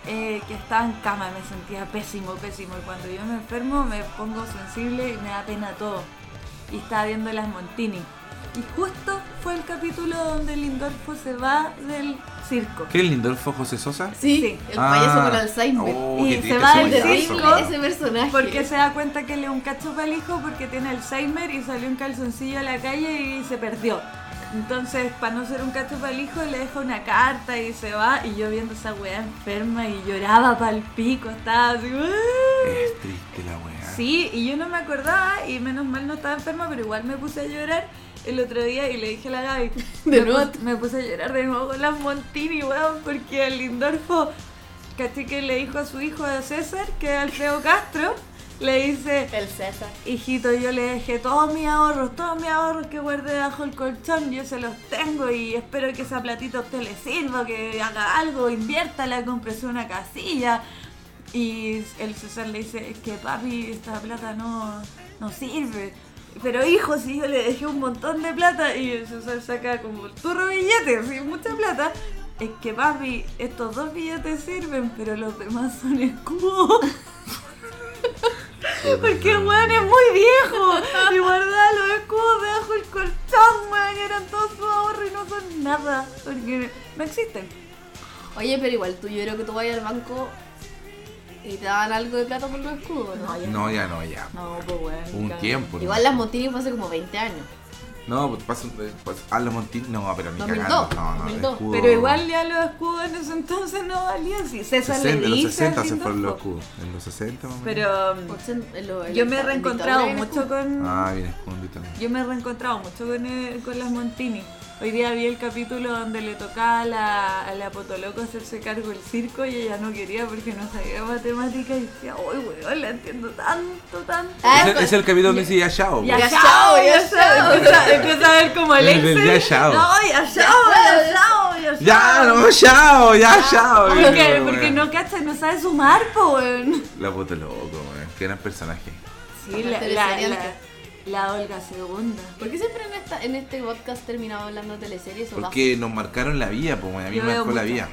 S5: eh, que estaba en cama, me sentía pésimo, pésimo. Y cuando yo me enfermo me pongo sensible y me da pena todo. Y estaba viendo las Montini. Y justo fue el capítulo donde Lindorfo se va del circo.
S2: ¿Qué es Lindolfo José Sosa?
S3: Sí, el payaso con Alzheimer.
S2: Ah.
S3: Ah,
S2: Oh,
S5: Y
S2: qué
S5: se
S2: triste
S5: va
S2: ese
S5: el
S2: payaso.
S3: Es terrible
S5: circo.
S3: ese personaje.
S5: Porque se da cuenta que le es un cacho para el hijo porque tiene Alzheimer y salió un calzoncillo a la calle y se perdió. Entonces, para no ser un cacho para el hijo, le deja una carta y se va. Y yo viendo esa weá enferma y lloraba para el pico, estaba así. "Ah".
S2: Es triste la weá.
S5: Sí, y yo no me acordaba y menos mal no estaba enferma, pero igual me puse a llorar el otro día y le dije a la Gaby,
S3: De
S5: me,
S3: nuevo.
S5: puse, me puse a llorar de nuevo con las Montini, weón, porque el Lindorfo, caché que le dijo a su hijo a César, que es Alfredo Castro, le dice,
S3: El César.
S5: hijito, yo le dejé todos mis ahorros, todos mis ahorros que guardé bajo el colchón, yo se los tengo y espero que esa platita a usted le sirva, que haga algo, inviértala, cómprese una casilla. Y el César le dice, es que papi, esta plata no, no sirve. Pero hijo, si yo le dejé un montón de plata y el César saca como el turro de billetes y mucha plata. Es que papi, estos dos billetes sirven, pero los demás son escudos. Porque el weón es muy viejo y guardaba los escudos debajo del colchón, weón, y eran todos sus ahorros y no son nada, porque no existen.
S3: Oye, pero igual tú yo creo que tú vayas al banco y te daban algo de plata por los escudos, ¿no?
S2: No, ya no, ya.
S5: No, pues weón.
S2: Un
S5: cabrón.
S2: tiempo. ¿no?
S3: Igual las Montini fue hace como 20 años.
S2: No, pues pasa. eh, Pues, a los Montín. No, pero ni
S3: 2002,
S2: cagando. No, no, el
S3: 2002.
S2: escudo-
S5: Pero igual ya los escudos en ese entonces no valían, si César
S2: 60,
S5: le
S2: en
S5: dice
S2: los 60
S5: al
S2: se fueron los
S5: Lindorfo.
S2: escudos. En los 60 más o menos.
S5: Pero um,
S3: eh,
S5: yo me he reencontrado mucho con...
S2: Ah, bien, escudo invitado.
S5: Yo me he reencontrado mucho con, eh, con las Montini. Hoy día vi el capítulo donde le tocaba a la, a la Potoloco hacerse cargo del circo y ella no quería porque no sabía matemáticas y decía, uy, weón, la entiendo tanto, tanto.
S3: Ah,
S2: Es el-
S3: con-
S2: Es el capítulo donde dice ya chao.
S5: pues, Ya
S3: Ya
S5: chao,
S3: chao,
S5: ya
S3: ya
S5: chao. Empieza, empieza a ver como el
S2: El del
S5: Excel.
S2: ya chao.
S5: No, ya chao, ya chao, ya chao.
S2: Ya, no, chao, ya chao.
S5: ¿Por qué?
S2: weón.
S5: Porque no cacha, no sabe sumar, po, weón.
S2: La puta loco, weón. Qué gran personaje.
S5: Sí, la, la, la, la Olga Segunda.
S3: ¿Por qué siempre en, esta, en este podcast terminamos hablando de teleseries o
S2: Porque nos marcaron la vida, pues, a mí
S5: Yo
S2: me
S5: veo
S2: marcó la
S5: mucho.
S2: vida.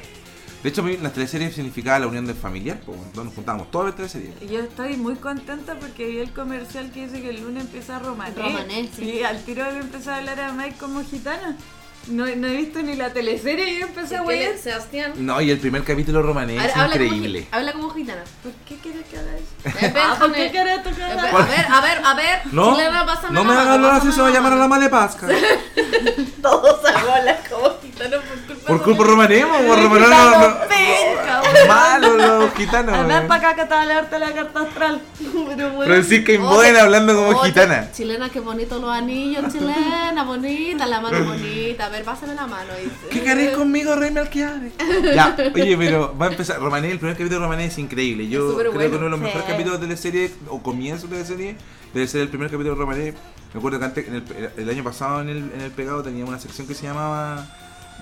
S2: De hecho, a mí las teleseries significaba la unión del familiar, pues, donde nos juntábamos todas las teleseries.
S5: Yo estoy muy contenta porque vi el comercial que dice que el lunes empieza Romané.
S3: Romané, sí.
S5: Y al tiro le empecé a hablar a Mike como gitana. No, no he visto ni la teleserie y yo empecé a
S3: ¿Por qué
S5: huele.
S3: Sebastián?
S2: No, y el primer capítulo romané es
S3: Ahora, habla como
S2: increíble.
S3: gi-
S5: Ah,
S3: Habla como gitana.
S5: ¿Por qué quieres que haga eso?
S3: Eh,
S5: Ah, ¿Por
S3: Benjamín.
S5: qué quieres tocar
S3: Eh,
S5: la-
S3: A ver, a ver, a ver.
S2: No,
S3: Chilena, pásame
S2: no
S3: la
S2: me
S3: mano,
S2: hagas hablar así,
S3: pásame
S2: se va a llamar a
S3: mano.
S2: la male pasca.
S3: Todos a bolas como gitanos por culpa
S2: Por
S3: de-
S2: culpa de romané, weón,
S5: <laughs>
S2: romané no,
S5: Gitano,
S2: no- no-
S5: penca, weón.
S2: Malo los gitanos.
S5: Andar
S2: weón.
S5: para acá que te va a leerte la carta astral. <laughs> Pero bueno.
S2: Francisca
S3: Oye,
S2: Imboden hablando como
S3: oye,
S2: gitana.
S3: Chilena, qué bonito los anillos, chilena, bonita, la mano bonita. A ver, pásame la mano. dice.
S2: ¿Qué querés conmigo, Rey Melquiades? <laughs> Ya, oye, pero va a empezar. Romané, el primer capítulo de Romané es increíble.
S3: Es
S2: Yo
S3: súper
S2: creo que
S3: bueno,
S2: uno de los
S3: sí.
S2: mejores capítulos de la serie, o comienzo de la serie, debe ser el primer capítulo de Romané. Me acuerdo que antes, en el, el año pasado en el, en el Pegado tenía una sección que se llamaba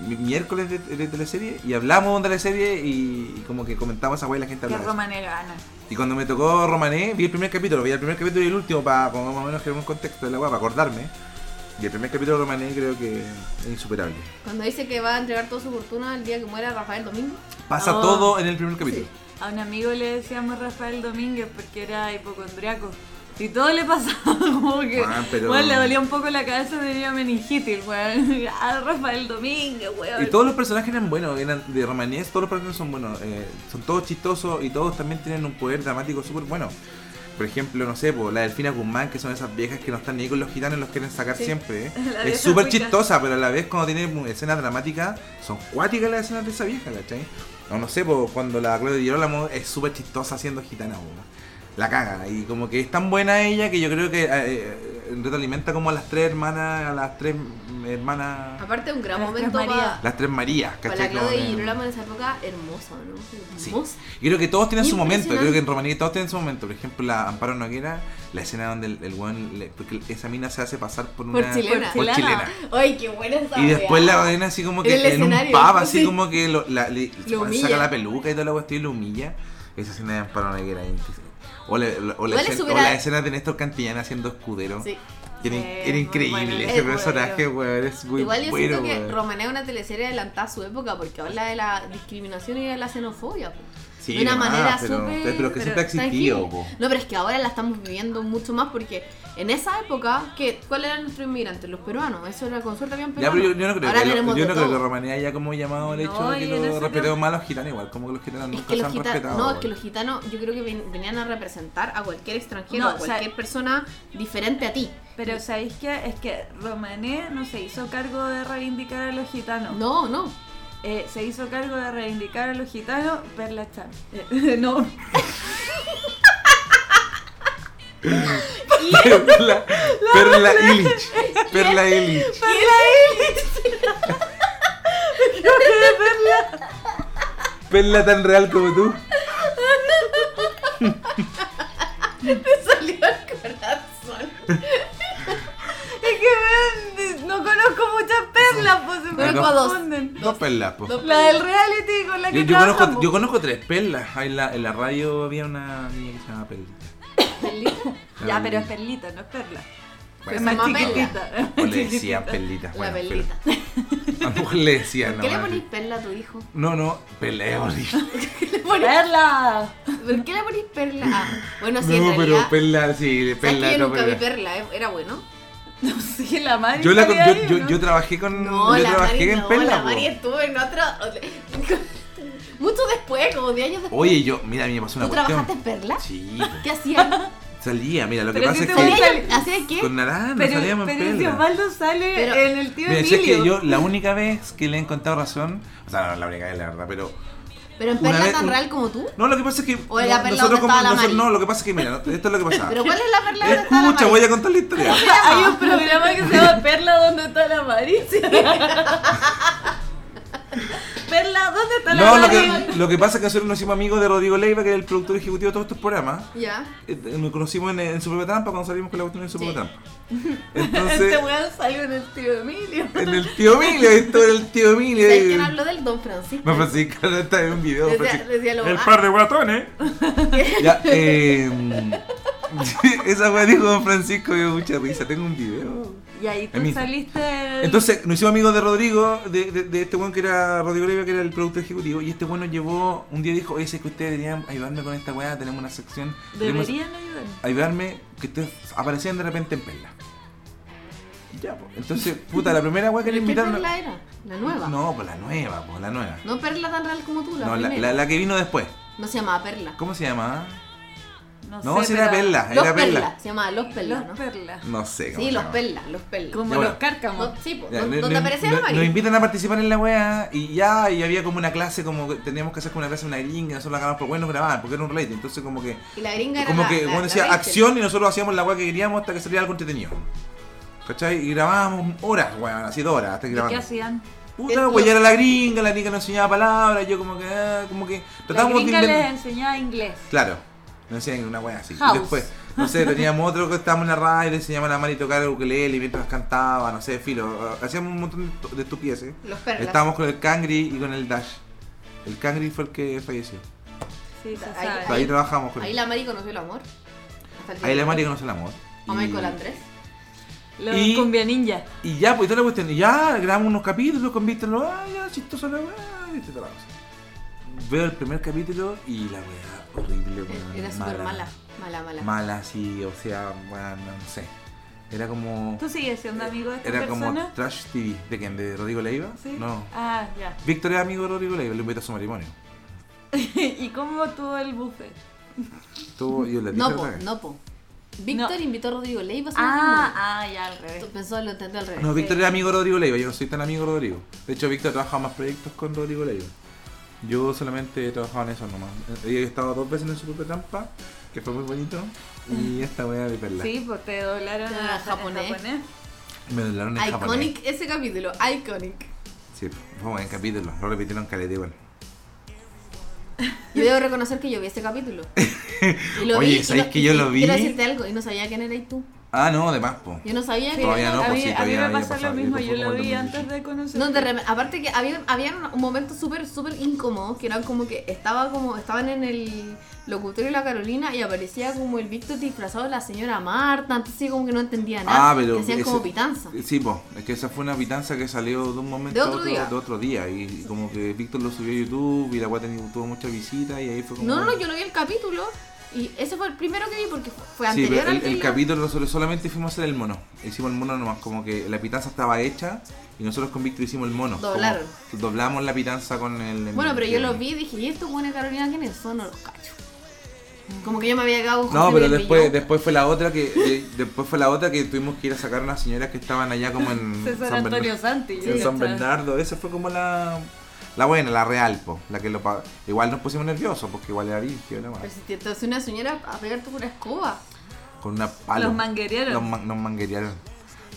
S2: Mi- Miércoles de, de teleserie y hablamos de la serie y, y como que comentamos esa weá y la gente
S5: Que
S2: hablaba. de eso.
S5: Romané gana.
S2: Y cuando me tocó Romané, vi el primer capítulo, vi el primer capítulo y el último para como más o menos generar un contexto de la weá, para acordarme. Y el primer capítulo de Romané creo que es insuperable.
S3: Cuando dice que va a entregar toda su fortuna el día que muera Rafael Domingo.
S2: Pasa
S5: Oh.
S2: todo en el primer capítulo.
S5: A un amigo le decíamos Rafael Domínguez porque era hipocondriaco. Y todo le pasaba <laughs> como que.
S2: Ah, pero-
S5: bueno, le dolía un poco la cabeza, tenía meningitis, weón. <laughs> Ah, Rafael Domínguez, weón.
S2: Y todos los personajes eran buenos, eran de Romanés, todos los personajes son buenos, eh, son todos chistosos y todos también tienen un poder dramático súper bueno. Por ejemplo, no sé, po, la Delfina Guzmán, que son esas viejas que no están ni ahí con los gitanos, los quieren sacar
S5: Sí.
S2: siempre. eh.
S5: <laughs> La
S2: Es
S5: vieja
S2: súper
S5: cuica.
S2: chistosa, pero a la vez cuando tiene mm, escenas dramáticas, son cuáticas las escenas de esa vieja, ¿cachai? O no sé, po, cuando la Claudia Girolamo es súper chistosa siendo gitana, po. la caga. Y como que es tan buena ella que yo creo que eh, eh, retroalimenta como a las tres hermanas, a las tres mm, hermanas...
S3: Aparte, un gran
S5: Las Tres
S3: momento
S5: Marías.
S3: para,
S2: Las tres Marías,
S3: para
S2: ¿cachai?
S3: la Claudia
S2: Como que-
S3: y Girolamo en esa época hermosa, ¿no?
S2: Sí.
S3: Hermosa.
S2: Yo creo que todos tienen su momento, yo creo que en
S3: Impresionante.
S2: Romanía todos tienen su momento. Por ejemplo, la Amparo Noguera, la escena donde el, el weón, le- porque esa mina se hace pasar por una
S3: Por chilena.
S2: por chilena.
S3: Ay, qué buena esa
S2: Y después
S3: weá.
S2: la ven así como que
S3: En el
S2: en, un
S3: escenario,
S2: pub, así
S3: sí.
S2: como que lo- la- le,
S3: Lo
S2: le
S3: humilla.
S2: saca la peluca y toda la cuestión y lo humilla. Esa escena de Amparo Noguera. ahí, que se- O la, la- o la
S3: Igual
S2: escena,
S3: es
S2: o
S3: súper-
S2: la escena de Néstor Cantillana haciendo escudero.
S3: Sí.
S2: Que Era,
S5: Sí,
S2: era
S5: muy
S2: increíble
S5: bueno.
S2: ese
S3: Es bueno.
S2: personaje, weón. Es muy
S3: Igual yo
S2: bueno,
S3: siento que
S2: weón.
S3: Romané es una teleserie adelantada a su época porque habla de la discriminación y de la xenofobia. po.
S2: Sí,
S3: de una
S2: nomás,
S3: manera
S2: pero-
S3: súper.
S2: pero que siempre ha
S3: está
S2: existido,
S3: aquí.
S2: po.
S3: No, pero es que ahora la estamos viviendo mucho más porque en esa época, ¿qué, ¿cuál eran nuestros inmigrantes? Los peruanos. Eso era con suerte bien
S2: Ya,
S3: peruanos.
S2: pero yo, yo no creo
S3: ahora
S2: que, yo no
S3: tenemos de
S2: creo que
S3: todo.
S2: Romanía haya como llamado el
S5: No,
S2: hecho de que
S5: y en
S2: lo
S5: ese
S2: respetemos
S5: caso-
S2: más a los gitanos, igual como que los gitanos
S3: Es
S2: nunca
S3: que
S2: se
S3: los
S2: han
S3: gitanos,
S2: respetado.
S3: no, es que
S2: weón.
S3: los gitanos yo creo que ven- venían a representar a cualquier extranjero,
S5: No,
S3: a
S5: o sea-
S3: cualquier persona diferente a ti.
S5: Pero ¿sabéis qué? Es que Romané no se hizo cargo de reivindicar a los gitanos.
S3: No, no. <laughs>
S5: Eh, se hizo cargo de reivindicar a los gitanos Perla Chan. Eh, <laughs> no.
S2: <laughs>
S3: <laughs>
S2: Perla, Perla Illich. Perla Illich. <laughs> Perla tan real como tú.
S3: Te salió el corazón.
S5: Es que vean, no conozco muchas perlas, pues se me
S2: Conozco
S3: dos.
S5: confunden.
S2: Dos perlas, po.
S3: Dos.
S5: La del reality con la
S2: Yo,
S5: que
S2: yo conozco,
S5: trabajamos.
S2: yo conozco tres perlas. Ahí en la, en la radio había una niña que se llamaba Perlita. <laughs>
S5: <laughs> Ya, pero es perlita, no es perla.
S2: Bueno,
S5: es
S3: se
S5: más
S3: llama Perla.
S5: <laughs>
S2: <laughs>
S5: chiquitita.
S2: O le decían
S5: <laughs>
S2: Perlita.
S3: La
S2: bueno,
S3: pelita.
S2: Perla. A lo mejor le decían,
S3: ¿Qué le
S2: no,
S3: ponís perla a tu hijo?
S2: No, no, Perla es horrible.
S5: ¡Perla!
S3: ¿Por qué le ponís perla? Ah,
S2: <laughs>
S3: bueno, sí,
S2: No,
S3: en
S2: pero
S3: realidad.
S2: Perla, sí,
S3: ¿sabes
S2: Perla
S3: que yo
S2: no,
S3: nunca vi
S2: Perla.
S3: perla? eh? ¿Era bueno?
S5: No sé, la madre.
S2: Yo, la,
S5: salía
S2: yo,
S5: ahí,
S2: yo,
S5: ¿no?
S2: yo trabajé con.
S3: No,
S2: yo
S3: la
S2: trabajé
S3: Mari
S2: en
S3: no,
S2: Perla.
S3: la
S2: po.
S3: Mari estuvo en otra. <laughs> Mucho después, como 10 años después.
S2: Oye, yo, mira, a mí me pasó una
S3: ¿Tú
S2: cuestión.
S3: trabajaste en perla?
S2: Sí,
S3: ¿Qué hacías?
S2: po. salía, mira, lo que
S5: Pero
S2: pasa
S5: si
S2: es
S5: te
S2: que
S5: voy
S3: ¿Hacías hacías qué?
S2: con Naranja
S5: Pero,
S2: salíamos en
S5: pero si
S2: Perla.
S5: Osvaldo sale
S3: Pero-
S5: en el tío
S2: Mira, si es
S5: Emilio.
S2: que yo la única vez que le he encontrado razón, o sea, no la única vez, la verdad, pero
S3: ¿Pero en
S2: Una
S3: perla
S2: vez-
S3: tan
S2: un-
S3: real como tú?
S2: no, lo que pasa es que
S3: O la Perla donde
S2: nosotros como
S3: estaba la
S2: nosotros-
S3: Mari.
S2: no, lo que pasa es que mira, no, esto es lo que
S3: <laughs>
S2: pasaba.
S3: ¿Pero cuál es la perla donde está la
S2: Escucha,
S3: Mari?
S2: voy a contar la historia.
S5: Hay un programa que se llama Perla, ¿dónde está la avaricia? <laughs> Perla, ¿dónde está la
S2: No, lo
S5: avaricia?
S2: que, lo que pasa es que nosotros nos hicimos amigos de Rodrigo Leiva, que era el productor ejecutivo de todos estos programas.
S3: Ya.
S2: Eh, Nos conocimos en, en Supertrampa cuando salimos con la cuestión de Supertrampa.
S5: Este
S2: Entonces,
S5: weón salió en el tío Emilio.
S2: En el tío Emilio, esto era el tío Emilio.
S3: ¿Sabes quién habló del Don Francisco?
S2: No, Francisco, no está en un video.
S3: Decía,
S2: Francisco.
S3: decía lo
S4: El
S3: ah,
S4: par de guatones.
S2: Ya, eh, <laughs> esa weá dijo Don Francisco, me dio mucha risa. Tengo un video.
S5: Y ahí tú
S2: Emilio.
S5: saliste. en-
S2: Entonces, nos hicimos amigos de Rodrigo, de, de- de este weón que era Rodrigo Leiva, que era el productor ejecutivo. Y este weón nos llevó, un día dijo: Oye, sé que ustedes deberían ayudarme con esta weá, tenemos una sección. tenemos-
S5: Deberían ayudar.
S2: ayudarme que ustedes aparecían de repente en perla. Y ya, pues. Entonces, puta, la primera weá que
S3: <laughs> ¿pero
S2: le
S3: ¿Qué
S2: invitaron.
S3: perla era? ¿La nueva? No.
S2: No, pues la nueva, pues la nueva.
S3: perla tan real como tú, la
S2: No, la,
S3: primera.
S2: la- la que vino después.
S3: No se llamaba perla.
S2: ¿Cómo se llama?
S5: No,
S2: No,
S5: sé,
S2: si era
S5: pero-
S2: Perla,
S3: Los
S2: era Perla.
S3: perla. Se llamaba Los Perla,
S5: Los
S3: ¿no?
S5: Perla.
S2: No sé. cómo
S3: Sí,
S2: se
S3: los
S2: llama.
S3: perlas, los perlas.
S5: Como
S2: Ya, bueno.
S5: los cárcamos.
S3: No, sí, po,
S2: Ya,
S3: don-
S2: no-
S3: donde
S2: no-
S3: aparecía
S2: no-
S3: la Mari.
S2: Nos invitan a participar en la wea y ya, y había como una clase como que teníamos que hacer como una clase una gringa, nosotros la ganamos por bueno grababan, porque era un reality, entonces como que
S3: y la gringa era
S2: como
S3: la-
S2: que
S3: la-
S2: bueno,
S3: la
S2: decía
S3: Rachel.
S2: acción y nosotros hacíamos la wea que queríamos hasta que salía algo entretenido. ¿Cachai? Y grabábamos horas, weón, así dos horas hasta que
S5: ¿Y qué
S2: grabábamos.
S5: hacían?
S2: Puta, wea, era la gringa, la gringa nos enseñaba palabras, yo como que, ah, como que
S5: La
S2: tratábamos de
S5: gringa les
S2: inventar.
S5: enseñaba inglés.
S2: Claro, nos enseñan una wea así.
S5: House.
S2: Y después, no sé, teníamos otro que estábamos en la radio y le enseñamos a la Mari a tocar el ukelele mientras cantaba, no sé, filo. eh, Hacíamos un montón de tu- de estupideces.
S3: Los perlas.
S2: Estábamos con el Cangri y con el Dash. El Cangri fue el que falleció.
S5: Sí, se
S3: Ahí-
S5: sabe.
S2: Ahí, trabajamos con
S3: Ahí
S2: él.
S3: la Mari conoció el amor. Hasta el día
S2: Ahí la
S3: de
S2: Mari
S3: hoy.
S2: conoce el amor.
S3: A
S2: Y-
S3: Michael Andrés. eh,
S5: Los
S2: Y-
S5: cumbia ninja.
S2: Y ya, pues toda la cuestión. Y ya, grabamos unos capítulos con Víctor. lo- Ah, ya, chistoso la weá. Y toda la cosa. Veo el primer capítulo y la weá horrible, weón.
S3: Era súper mala. Mala, mala.
S2: Ah, Mala, sí, o sea, bueno, no sé. Era como.
S5: ¿Tú sigues siendo amigo de esta
S2: Era
S5: persona?
S2: como Trash TV. ¿De quién? ¿De Rodrigo Leiva?
S5: ¿Sí?
S2: No.
S5: Ah, ya. <laughs>
S2: Víctor es amigo de Rodrigo Leiva, lo invita a su matrimonio.
S5: ¿Y cómo tuvo el buffet?
S2: Tú, yo le dije.
S3: no, po,
S2: ¿verdad?
S3: no, po. Víctor
S5: No.
S3: invitó a Rodrigo Leiva a su
S5: Ah,
S3: matrimonio.
S5: ah, ya, al revés.
S3: Tú Pensó, lo entendió al revés.
S2: No, Víctor era amigo de Rodrigo Leiva, yo no soy tan amigo de Rodrigo. De hecho, Víctor trabaja más proyectos con Rodrigo Leiva. Yo solamente he trabajado en eso nomás. He estado dos veces en el Super Trampa, que fue muy bonito. Y esta wea de perla.
S5: Sí, pues te doblaron
S3: Ah,
S5: a
S3: japonés.
S5: japonés.
S2: Me doblaron en japonés.
S3: Iconic ese capítulo, iconic.
S2: Sí, fue buen capítulo. Lo repitieron caleta igual.
S3: Yo debo reconocer que yo vi
S2: <laughs>
S3: ese capítulo. Y
S2: Oye,
S3: y
S2: ¿sabes que yo lo vi?
S3: Quiero decirte algo, y no sabía quién eras tú.
S2: Ah, no, de más, po.
S3: Yo no sabía que
S2: Todavía no,
S5: a
S2: pues
S5: mí,
S2: sí,
S5: a mí
S2: todavía
S5: me
S2: no había
S5: pasó
S2: pasado,
S5: lo
S2: yo
S5: mismo,
S2: pasó
S5: yo lo
S2: como el
S5: vi
S2: 2015.
S5: antes de conocer.
S3: No, de rem- aparte que había, había un momento súper, súper incómodo, que eran como que estaba como, estaban en el locutorio de la Carolina y aparecía como el Víctor disfrazado de la señora Marta, entonces yo como que no entendía nada.
S2: Ah, pero.
S3: que hacían como
S2: ese-
S3: pitanza.
S2: Sí, po. Es que esa fue una pitanza que salió de un momento
S3: De
S2: a
S3: otro día.
S2: de otro día. Y, y como que Víctor lo subió a YouTube y la wea tenía- tuvo muchas visitas y ahí fue como.
S3: No, no, no, yo no vi el capítulo y ese fue el primero que vi porque fue- fue
S2: Sí,
S3: anterior
S2: pero el,
S3: al que
S2: el
S3: yo-
S2: capítulo nosotros solamente fuimos a hacer el mono. Hicimos el mono nomás, como que la pitanza estaba hecha y nosotros con Víctor hicimos el mono. como
S3: Doblaron.
S2: doblamos la pitanza con el.
S3: Bueno, pero yo
S2: el-
S3: lo vi y dije, ¿y estos buenos de Carolina quiénes son? No los cacho. Como que yo me había quedado con
S2: No,
S3: José
S2: pero
S3: Miguel
S2: después,
S3: Millán.
S2: después fue la otra que eh, después fue la otra que tuvimos que ir a sacar a unas señoras que estaban allá como
S3: <laughs>
S2: en San
S5: César
S2: Bernardo.
S5: Antonio Santi. yo
S2: en San
S5: cachaba.
S2: Bernardo. Esa fue como la la buena, la real, po, la que lo pa- igual nos pusimos nerviosos porque igual era virgen, la
S3: Pero
S2: weá.
S3: si te te hace una señora a pegarte con una escoba.
S2: con una palo.
S5: Los manguerearon.
S2: Los man- nos manguerearon.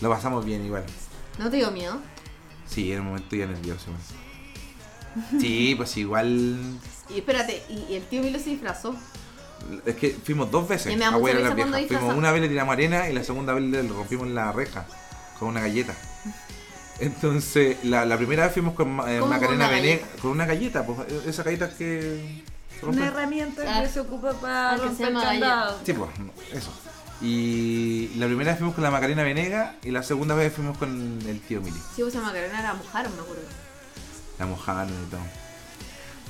S2: Lo pasamos bien igual.
S3: ¿No te dio miedo?
S2: Sí, en el momento ya nervioso.
S3: <laughs>
S2: man. Sí, pues igual.
S3: Y espérate, y, y el tío Milo se disfrazó.
S2: Es que fuimos dos veces
S3: Y me da
S2: a
S3: mucha
S2: huear a
S3: risa
S2: la
S3: cuando
S2: vieja.
S3: dice
S2: Fuimos
S3: esa-
S2: una vez le tiramos arena y la segunda vez le rompimos la reja con una
S3: <laughs>
S2: galleta. Entonces, la, la primera vez fuimos con ma- eh,
S3: ¿Cómo con
S2: Macarena
S3: una
S2: Venegas
S3: galleta?
S2: con una galleta, pues eh, esas galletas que. se
S5: Una
S2: rompen.
S5: herramienta
S3: Ah.
S5: que se ocupa para
S3: Ah, que se
S5: romper
S3: llama
S5: candados.
S2: Sí, pues, eso. Y la primera vez fuimos con la Macarena Venega y la segunda vez fuimos con el tío Mili.
S3: Si vos se Macarena era mojaron, me acuerdo.
S2: La mojaron y todo.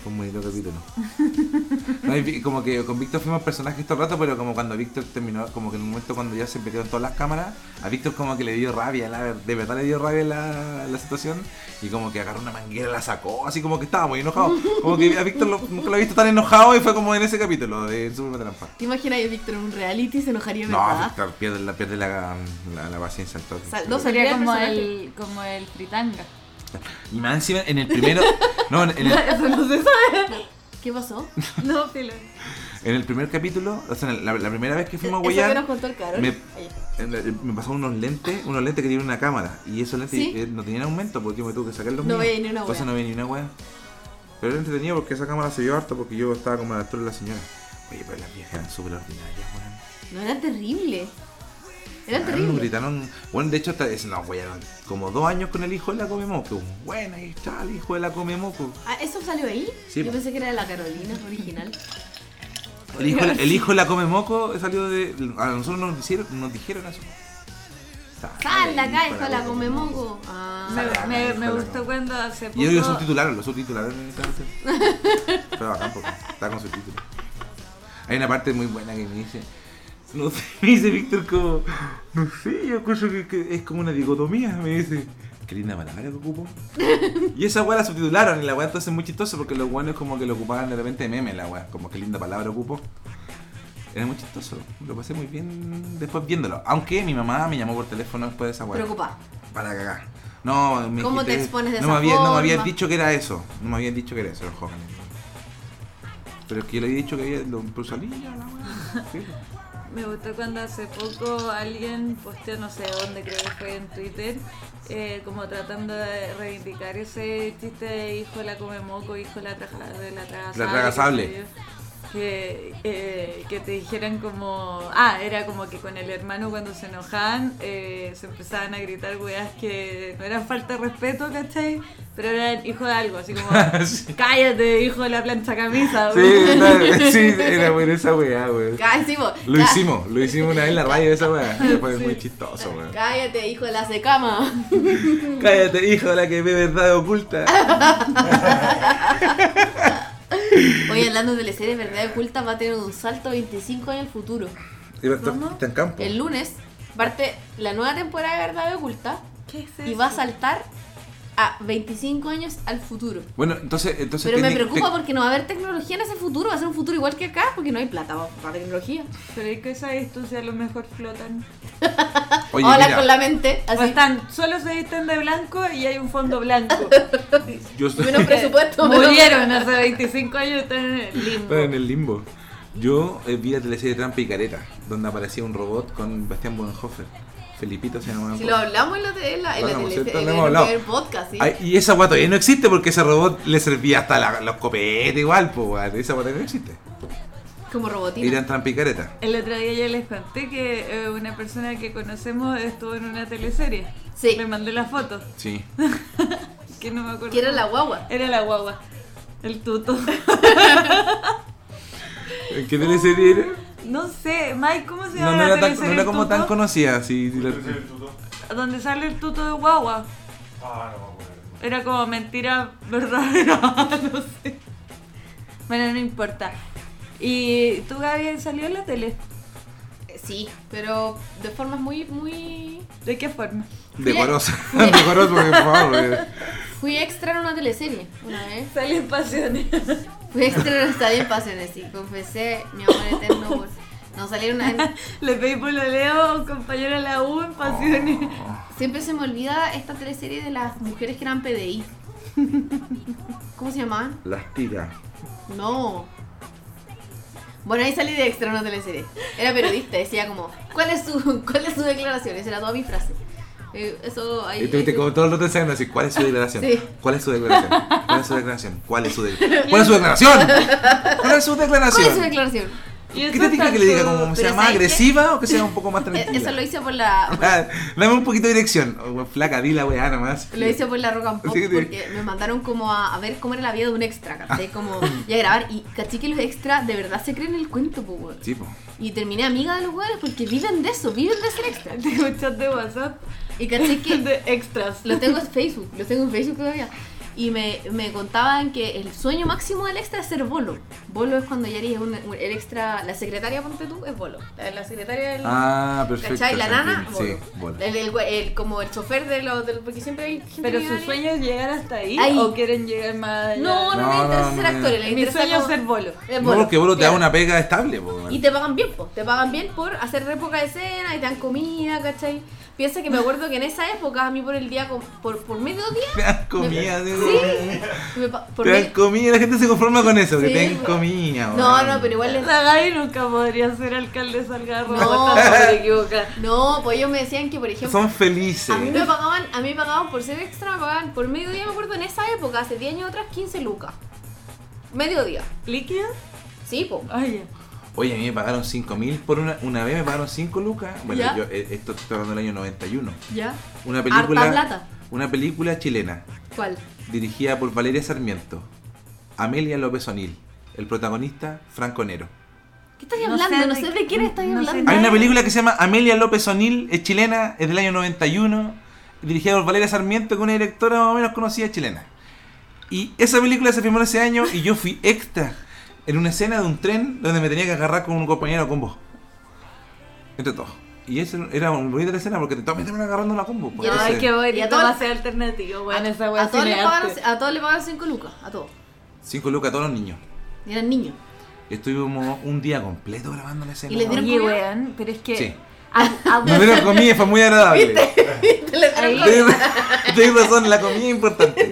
S2: Fue un bonito capítulo. <laughs> No, y vi- como que con Víctor fuimos personajes todo el rato, pero como cuando Víctor terminó, como que en un momento cuando ya se metieron todas las cámaras, a Víctor como que le dio rabia, la, ver- de verdad le dio rabia la, la situación, y como que agarró una manguera, la sacó, así como que estaba muy enojado. Como que a Víctor lo- nunca lo he visto tan enojado y fue como en ese capítulo de Super Trampa.
S3: ¿Te imaginas a Víctor en un reality se enojaría,
S2: No,
S3: verdad?
S2: Víctor, pierde la, pierde la, la, la paciencia al toque.
S3: Sal-
S2: Pero-
S3: no sal-
S5: Sería
S3: Sería
S5: como
S3: personaje.
S5: el, como el fritanga.
S2: Y más encima, en el primero. no, en el,
S3: <laughs>
S5: Eso no se sabe.
S3: ¿Qué pasó?
S5: <laughs>
S2: <laughs>
S5: No, filo.
S2: en el primer capítulo, o sea, en la, la primera vez que fuimos a
S3: Eso que
S2: huellar,
S3: nos contó el Carol.
S2: me-
S3: Ahí.
S2: en la- me pasaron unos lentes, unos lentes que tienen una cámara. Y esos lentes
S3: ¿Sí?
S2: eh, no tenían aumento porque yo me tuve que sacar los
S3: No
S2: míos.
S3: veía ni una
S2: Entonces
S3: wea.
S2: no veía ni una wea. Pero era entretenido porque esa cámara se vio harto porque yo estaba como a la altura de la señora. Oye, pero las viejas eran súper ordinarias, weón.
S3: No, era terrible. Era
S2: Claro, nos
S3: terrible.
S2: gritaron. Bueno, de hecho, hasta, es- nos huellaron como dos años con el hijo de la Comemoco. Bueno, ahí está el hijo de la Comemoco.
S3: Ah, ¿Eso salió ahí?
S2: Sí,
S3: Yo
S2: po.
S3: pensé que era de la Carolina
S2: <laughs>
S3: original.
S2: El hijo, el hijo de la come moco salió de. A nosotros nos, hicieron, nos dijeron eso.
S3: ¡Sal de acá,
S2: hijo
S3: hijo de la come mongo! Ah,
S5: Me, me, me gustó cuando hace poco.
S2: Y ellos lo subtitularon, lo subtitularon en esta canción. Pero bacán porque está con subtítulos. Hay una parte muy buena que me dice. No sé, <laughs> me dice Víctor como. No sé, yo creo que, que es como una dicotomía. Me dice. Qué linda palabra que ocupo. Y esa weá la subtitularon y la weá entonces es muy chistosa porque los buenos como que lo ocupaban de repente de meme la weá. Como que linda palabra ocupo. Era muy chistoso. Lo pasé muy bien después viéndolo. Aunque mi mamá me llamó por teléfono después de esa weá.
S3: preocupada.
S2: Para cagar. No, me
S3: ¿Cómo te
S2: dijiste-
S3: expones de
S2: no
S3: esa
S2: me había, No me habían
S3: forma?
S2: dicho que era eso. No me habían dicho que era eso, los jóvenes. Pero es que yo le había dicho que había lo puso al niño, la wea. Sí.
S5: Me gustó cuando hace poco alguien posteó, no sé dónde, creo que fue en Twitter, eh, como tratando de reivindicar ese chiste de hijo la come moco, hijo la traja de la traga
S2: La traga
S5: qué
S2: sable.
S5: sé yo. que, eh, que te dijeran como. Ah, era como que con el hermano cuando se enojaban eh, se empezaban a gritar weas que no eran falta de respeto, ¿cachai? Pero eran hijo de algo, así
S2: <laughs>
S5: como.
S3: <laughs>
S2: Sí.
S5: Cállate, hijo de la plancha camisa.
S2: Sí, no, sí, era buena esa weá, weón.
S3: Cá- sí, po.
S2: Lo
S3: Cá-
S2: hicimos, lo hicimos una vez en la radio esa weá. Fue muy chistoso, weón.
S3: Cállate, hijo de la secama. <laughs>
S2: Cállate, hijo de la que ve verdad oculta.
S3: Hoy hablando de teleseries, Verdad Oculta va a tener un salto 25 en el futuro.
S2: Y Bartos
S5: ¿Cómo?
S2: está en campo.
S3: El lunes parte la nueva temporada de Verdad Oculta
S5: ¿Qué es
S3: y
S5: eso?
S3: va a saltar a 25 años al futuro.
S2: Bueno, entonces, entonces.
S3: Pero me
S2: tiene-
S3: preocupa
S2: te-
S3: porque no va a haber tecnología en ese futuro, va a ser un futuro igual que acá, porque no hay plata pa- para tecnología.
S5: Pero es que esa esto, si a lo mejor flotan.
S2: Oye,
S3: Hola
S2: mira,
S3: con la mente,
S5: O
S3: así.
S5: están, solo se visten de blanco y hay un fondo
S3: <laughs>
S5: blanco.
S2: yo
S3: Y
S2: estoy
S3: menos presupuesto. pero-
S5: Murieron hace 25 años, están en el limbo.
S2: en el limbo. Yo eh, vi la teleserie Trampa y Careta, donde aparecía un robot con Bastián Bonhoeffer. Felipito se llamaba.
S3: Si lo hablamos en la tele, en la, en
S2: Lo pues.
S3: la
S2: hablamos,
S3: tele-
S2: ¿cierto?
S3: en
S2: Lo hemos
S3: el-
S2: hablado.
S3: en el podcast, sí.
S2: Ay, y esa guata todavía no existe porque ese robot le servía hasta la- los copetes igual, pues weón. Esa guata no existe.
S3: Como robotina.
S2: Eran Trampa y Careta.
S5: El otro día yo les conté que eh, una persona que conocemos estuvo en una teleserie.
S3: Sí.
S5: Le mandé la foto,
S2: Sí.
S5: que no me acuerdo.
S3: Que era la guagua.
S5: Era la guagua. El tuto. <laughs>
S2: ¿En ¿Qué teleserie era?
S5: No sé, Mike, ¿cómo se
S2: No,
S5: llama
S2: no
S5: la
S2: era, tan,
S5: teleserie?
S2: no era
S5: El
S2: como tan
S5: Tuto?
S2: conocida. Sí, sí, la-
S4: ¿Ese es el tuto?
S5: Donde sale el tuto de guagua.
S4: Ah, no me acuerdo.
S5: Era como mentira verdadera, <laughs> no sé. Bueno, no importa. ¿Y tú, Gaby, salió en la tele?
S3: Eh, Sí, pero de formas muy, muy...
S5: ¿De qué forma?
S2: Decorosa. <laughs> Decorosa, por favor. weón.
S3: Fui extra en una teleserie una vez.
S5: Salió en Pasiones.
S3: Fui extra en Estadio en Pasiones y confesé mi amor eterno por... No salieron una...
S5: <laughs> Le pedí por lo leo a un compañero de la U en Pasiones.
S3: Oh. Siempre se me olvida esta teleserie de las mujeres que eran PDI. <laughs> ¿Cómo se llamaban?
S2: Las tiras.
S3: No. Bueno, ahí salí de extra en una teleserie. Era periodista, decía como, ¿cuál es su, cuál es su declaración? Esa era toda mi frase. Eh, eso ahí...
S2: Y tú viste como todos los otros saben así, ¿cuál es su declaración?
S3: Sí.
S2: ¿Cuál es su declaración? ¿Cuál es su declaración? ¿Cuál es su
S3: <laughs>
S2: declaración? ¿Cuál es su declaración? ¿Cuál es su declaración?
S3: ¿Cuál es su declaración? Eh,
S5: Y
S2: ¿Qué
S5: eso
S2: te diga
S5: está
S2: que le diga?
S5: todo.
S2: ¿Como
S3: Pero
S2: sea más
S3: ¿sabes qué?
S2: agresiva o que sea un poco
S3: <laughs>
S2: más
S3: Eh,
S2: tranquila?
S3: Eso
S2: <laughs>
S3: lo hice por la...
S2: Ah, Dame un poquito de dirección. Oh, weón, flaca, di la weá nomás.
S3: Lo hice por la rock and pop
S2: Sí, sí.
S3: porque me mandaron como a, a ver cómo era la vida de un extra, ¿cachai?
S2: <laughs>
S3: Como, y a grabar. Y caché que los extras de verdad se creen el cuento, po, weón.
S2: Sí, po.
S3: Y terminé amiga de los weones porque viven de eso, viven de ser extra.
S5: <laughs> Tengo un chat de WhatsApp
S3: Y caché que
S5: <laughs> de extras.
S3: los tengo en Facebook, los tengo en Facebook todavía. Y me, me contaban que el sueño máximo del extra es ser bolo. Bolo es cuando ya eres un, un- el extra, la secretaria, ponte tú, es bolo. La, la secretaria del...
S2: Ah, perfecto.
S3: ¿Cachai? La
S2: sí,
S3: nana,
S2: Sí,
S3: bolo.
S2: bueno.
S3: El, el- el- como el chofer de los... de los- porque siempre hay gente
S5: ¿Pero
S3: que
S5: su
S3: vive ahí.
S5: sueño es llegar hasta ahí,
S3: Ahí.
S5: o quieren llegar más allá?
S3: No, no,
S2: No,
S3: me
S2: no,
S3: interesa
S2: no,
S3: ser
S2: no.
S3: actor. le
S5: Mi
S3: interesa
S5: sueño es
S3: como-
S5: <laughs> ser bolo.
S3: es
S2: No, porque bolo te da
S3: claro.
S2: una pega estable, po.
S3: Y
S2: weón.
S3: te pagan bien, po. te pagan bien por hacer réplica de escena y te dan comida, ¿cachai? Piensa que me acuerdo que en esa época a mí por el día, com- por, por mediodía,
S2: Te dan comida, sí.
S3: me pa- por
S2: Te dan
S3: medio-
S2: comida, la gente se conforma con eso, que
S3: Sí,
S2: te den
S3: po.
S2: comida.
S3: No,
S2: weón.
S3: no, pero igual les...
S5: La Gaby nunca podría ser alcaldesa Algarro,
S3: No.
S5: está súper equivocada.
S3: No, pues ellos me decían que, por ejemplo,
S2: Son felices.
S3: a mí me pagaban, a mí me pagaban por ser extra, me pagaban por mediodía, me acuerdo, en esa época, hace 10 años atrás, 15 lucas. Mediodía.
S5: ¿Líquida?
S3: Sí, po.
S5: Oye,
S2: Oye, a mí me pagaron 5 mil por una. Una vez me pagaron 5 lucas. Bueno,
S3: ¿Ya?
S2: yo, eh, esto estoy hablando del año 91.
S3: ¿Ya?
S2: Una película.
S3: Harta plata.
S2: Una película chilena,
S3: ¿Cuál?
S2: dirigida por Valeria Sarmiento. Amelia López O'Neill. El protagonista, Franco Nero.
S3: ¿Qué estás
S5: No
S3: hablando?
S5: sé
S3: no
S5: de
S3: sé
S5: qué-
S3: de quién estás
S5: no sé
S3: hablando.
S5: nada.
S2: Hay una película que se llama Amelia López O'Neill, es chilena, es del año 91, dirigida por Valeria Sarmiento, que es una directora más o menos conocida chilena. Y esa película se filmó ese año y yo fui extra en una escena de un tren donde me tenía que agarrar con un compañero combo. Entre todos. Y eso era una bonita la escena porque todos me estaban agarrando la combo. pues,
S3: Ya,
S5: ay,
S2: entonces,
S5: qué
S3: Y a
S5: bonito,
S3: todos-
S5: va a ser alternativo, bueno, Ah, esa
S3: a,
S5: wea
S3: a todos
S5: es
S3: le
S5: cine
S3: pagaban,
S5: arte.
S3: a todos le pagaban 5 lucas, a todos.
S2: Cinco lucas a todos los niños.
S3: Y eran
S5: <laughs>
S3: niños.
S2: Estuvimos un día completo grabando la escena.
S3: Y les dieron
S5: Oye,
S3: comida?
S5: weón, pero es que...
S2: Sí.
S3: <laughs>
S5: a- a-
S2: Nos dieron comida, fue muy agradable.
S5: ahí-
S2: Tienes tienes razón, la comida es importante.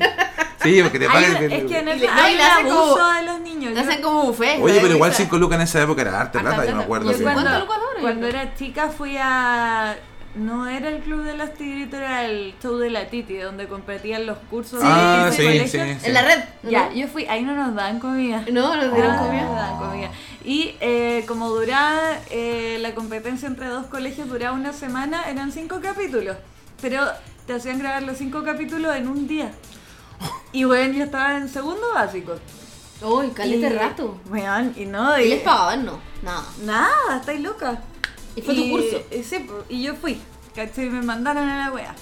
S2: Sí, porque te
S5: hay
S2: pagan.
S5: una- es que en
S3: Y
S5: el
S3: le-
S5: hay
S3: y
S5: un
S3: le hacen
S5: abuso
S3: como-
S5: de los niños.
S3: Le
S5: Yo-
S3: hacen como buffet.
S2: Oye, pero igual
S3: ¿sabes?
S2: 5 lucas en esa época era harta
S3: Harta
S2: plata, yo me
S3: plata.
S2: acuerdo.
S5: Yo
S2: sí.
S3: ¿Cuánto
S5: cuando,
S3: lucas ahora?
S5: cuando era chica fui a No era el club de las tigritas, era el show de la Titi, donde competían los cursos
S2: Ah,
S5: de
S2: sí,
S5: colegio.
S2: sí.
S3: En la red. ¿no?
S5: Ya, yo fui, ahí no nos dan comida.
S3: No, no
S5: Pero
S3: dieron
S5: no
S3: comida.
S5: nos daban Ah, comida. Y eh, como duraba eh, la competencia entre dos colegios, duraba una semana, eran cinco capítulos. Pero te hacían grabar los cinco capítulos en un día. Y bueno, yo estaba en segundo básico.
S3: Uy, caleta
S5: Y-
S3: rato.
S5: Weón, y no,
S3: ¿Y
S5: y-
S3: les pagaban? No, nada.
S5: Nada, estáis loca.
S3: ¿Y fue tu curso?
S5: eh, sí, po, y yo fui, ¿cachai? Me mandaron a
S3: <laughs>
S5: la wea.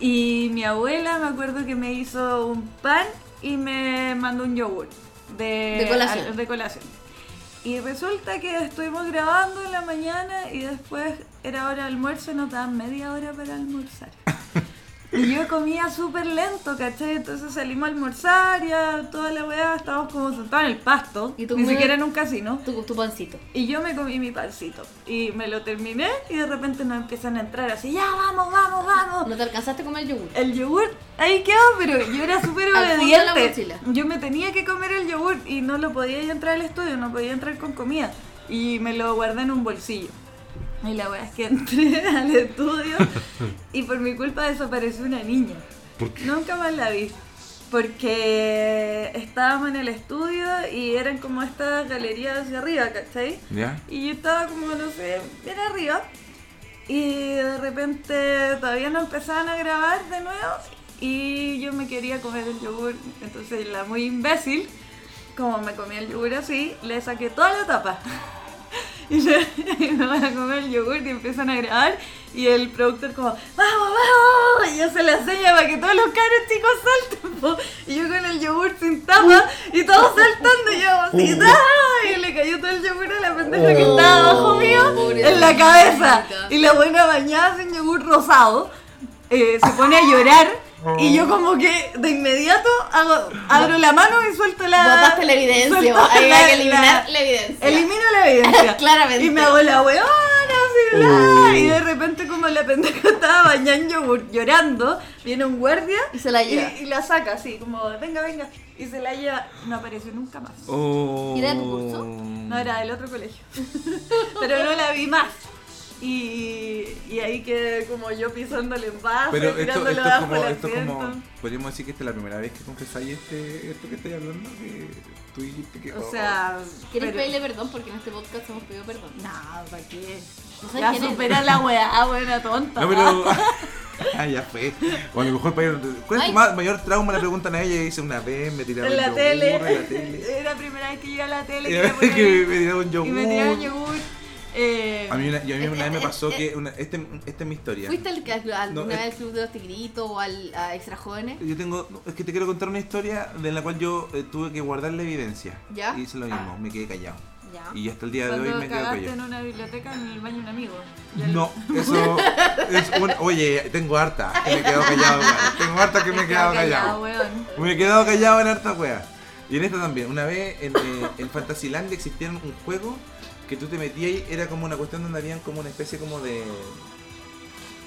S5: y mi abuela, me acuerdo que me hizo un pan y me mandó un yogur. De,
S3: De colación.
S5: a- de colación. Y resulta que estuvimos grabando en la mañana y después era hora de almuerzo y nos daban media hora
S3: <laughs>
S5: para almorzar. Y yo comía súper lento, ¿cachai? Entonces salimos a almorzar, ya toda la weá, estábamos como sentados en el pasto,
S3: ¿Y tú
S5: ni
S3: comías-
S5: siquiera en un casino.
S3: Tu, tu pancito.
S5: Y yo me comí mi pancito y me lo terminé y de repente nos empiezan a entrar así, ya vamos, vamos, vamos.
S3: ¿No te alcanzaste a comer yogur?
S5: El yogur ahí quedó, pero yo era súper
S3: Al fondo de la
S5: obediente.
S3: mochila.
S5: Yo me tenía que comer el yogur y no lo podía yo entrar al estudio, no podía entrar con comida. Y me lo guardé en un bolsillo. Y la verdad es que <laughs> entré al estudio y por mi culpa desapareció una niña. Nunca más la vi. Porque estábamos en el estudio y eran como estas galerías hacia arriba, ¿cachai?
S2: ¿Ya?
S5: Y yo estaba como, no sé, bien arriba. Y de repente todavía no empezaban a grabar de nuevo. Y yo me quería comer el yogur. Entonces la muy imbécil, como me comí el yogur así, le saqué toda la tapa. <laughs> Y yo y me van a comer el yogur y empiezan a grabar. Y el productor como, ¡vamos, vamos! Y yo se la enseña para que todos los caros chicos salten. po. Y yo con el yogur sin tapa y todos saltando. Y yo así, ¡ah! Y le cayó todo el yogur a la pendeja que estaba abajo mío en la cabeza. Y la buena bañada sin yogur rosado eh, se pone a llorar. Y yo como que de inmediato hago- abro la mano y suelto la...
S3: Botaste la evidencia,
S5: suelto
S3: bo- ahí hay que
S5: la-
S3: eliminar la evidencia.
S5: Elimino la evidencia.
S3: <laughs> Claramente.
S5: Y me hago la weona, así, bla, y de repente como la pendeja estaba bañando, yogur- llorando, viene un guardia
S3: Y se la lleva.
S5: y, y la saca así, como, venga, venga, y se la lleva. No apareció nunca más.
S2: Oh.
S3: ¿Y era de tu curso?
S5: No era del otro colegio. <laughs> Pero no la vi más. Y, y ahí quedé como yo pisándole en base,
S2: Pero esto,
S5: tirándolo
S2: esto es
S5: bajo
S2: como,
S5: el
S2: esto es
S5: asiento.
S2: como, podríamos decir que esta es la primera vez que confesáis este, esto que estáis hablando, que tú dijiste que... oh.
S5: O sea,
S3: ¿Quieres
S5: pero-
S3: pedirle perdón? Porque en este podcast hemos pedido perdón.
S5: No, ¿para qué?
S3: No sé
S5: Ya
S3: quién es.
S5: supera la weá, ah, buena tonta.
S2: No, <laughs> pero... ah, ya fue. O a lo mejor para ¿Cuál es tu
S3: Ay.
S2: ma- mayor trauma? Le preguntan a ella y dice una vez me tiraron
S5: En la
S2: yogur
S5: tele.
S2: en la tele.
S5: <laughs> Era la primera vez que iba a la tele.
S2: Y
S5: que
S2: la
S5: me
S2: vez <laughs>
S5: ponían-
S2: que me tiraron
S5: y me tiraron yogur. Eh,
S2: A mí una, yo a mí una
S5: <laughs>
S2: vez me pasó que... Una, este, esta es mi historia.
S3: ¿Fuiste al, al- alguna
S2: No,
S3: vez
S2: eh.
S3: al Club de los Tigritos o al, a Extra Jóvenes?
S2: Yo tengo, no, es que te quiero contar una historia de la cual yo eh, tuve que guardar la evidencia.
S3: ¿Ya?
S2: Y hice lo mismo, me quedé callado.
S3: Ya.
S2: Y hasta el día de hoy
S5: cuando
S2: me quedo
S5: cagaste en
S2: callado.
S5: una biblioteca en el baño de un amigo.
S2: No, eso es un... Oye, tengo harta que me he quedado callado, weón. Tengo harta que me he quedado callado.
S5: weón.
S2: Me he quedado callado en harta wea. Y en esta también, una vez en, eh, en Fantasyland existía un juego que tú te metías y era como una cuestión donde habían como una especie como de...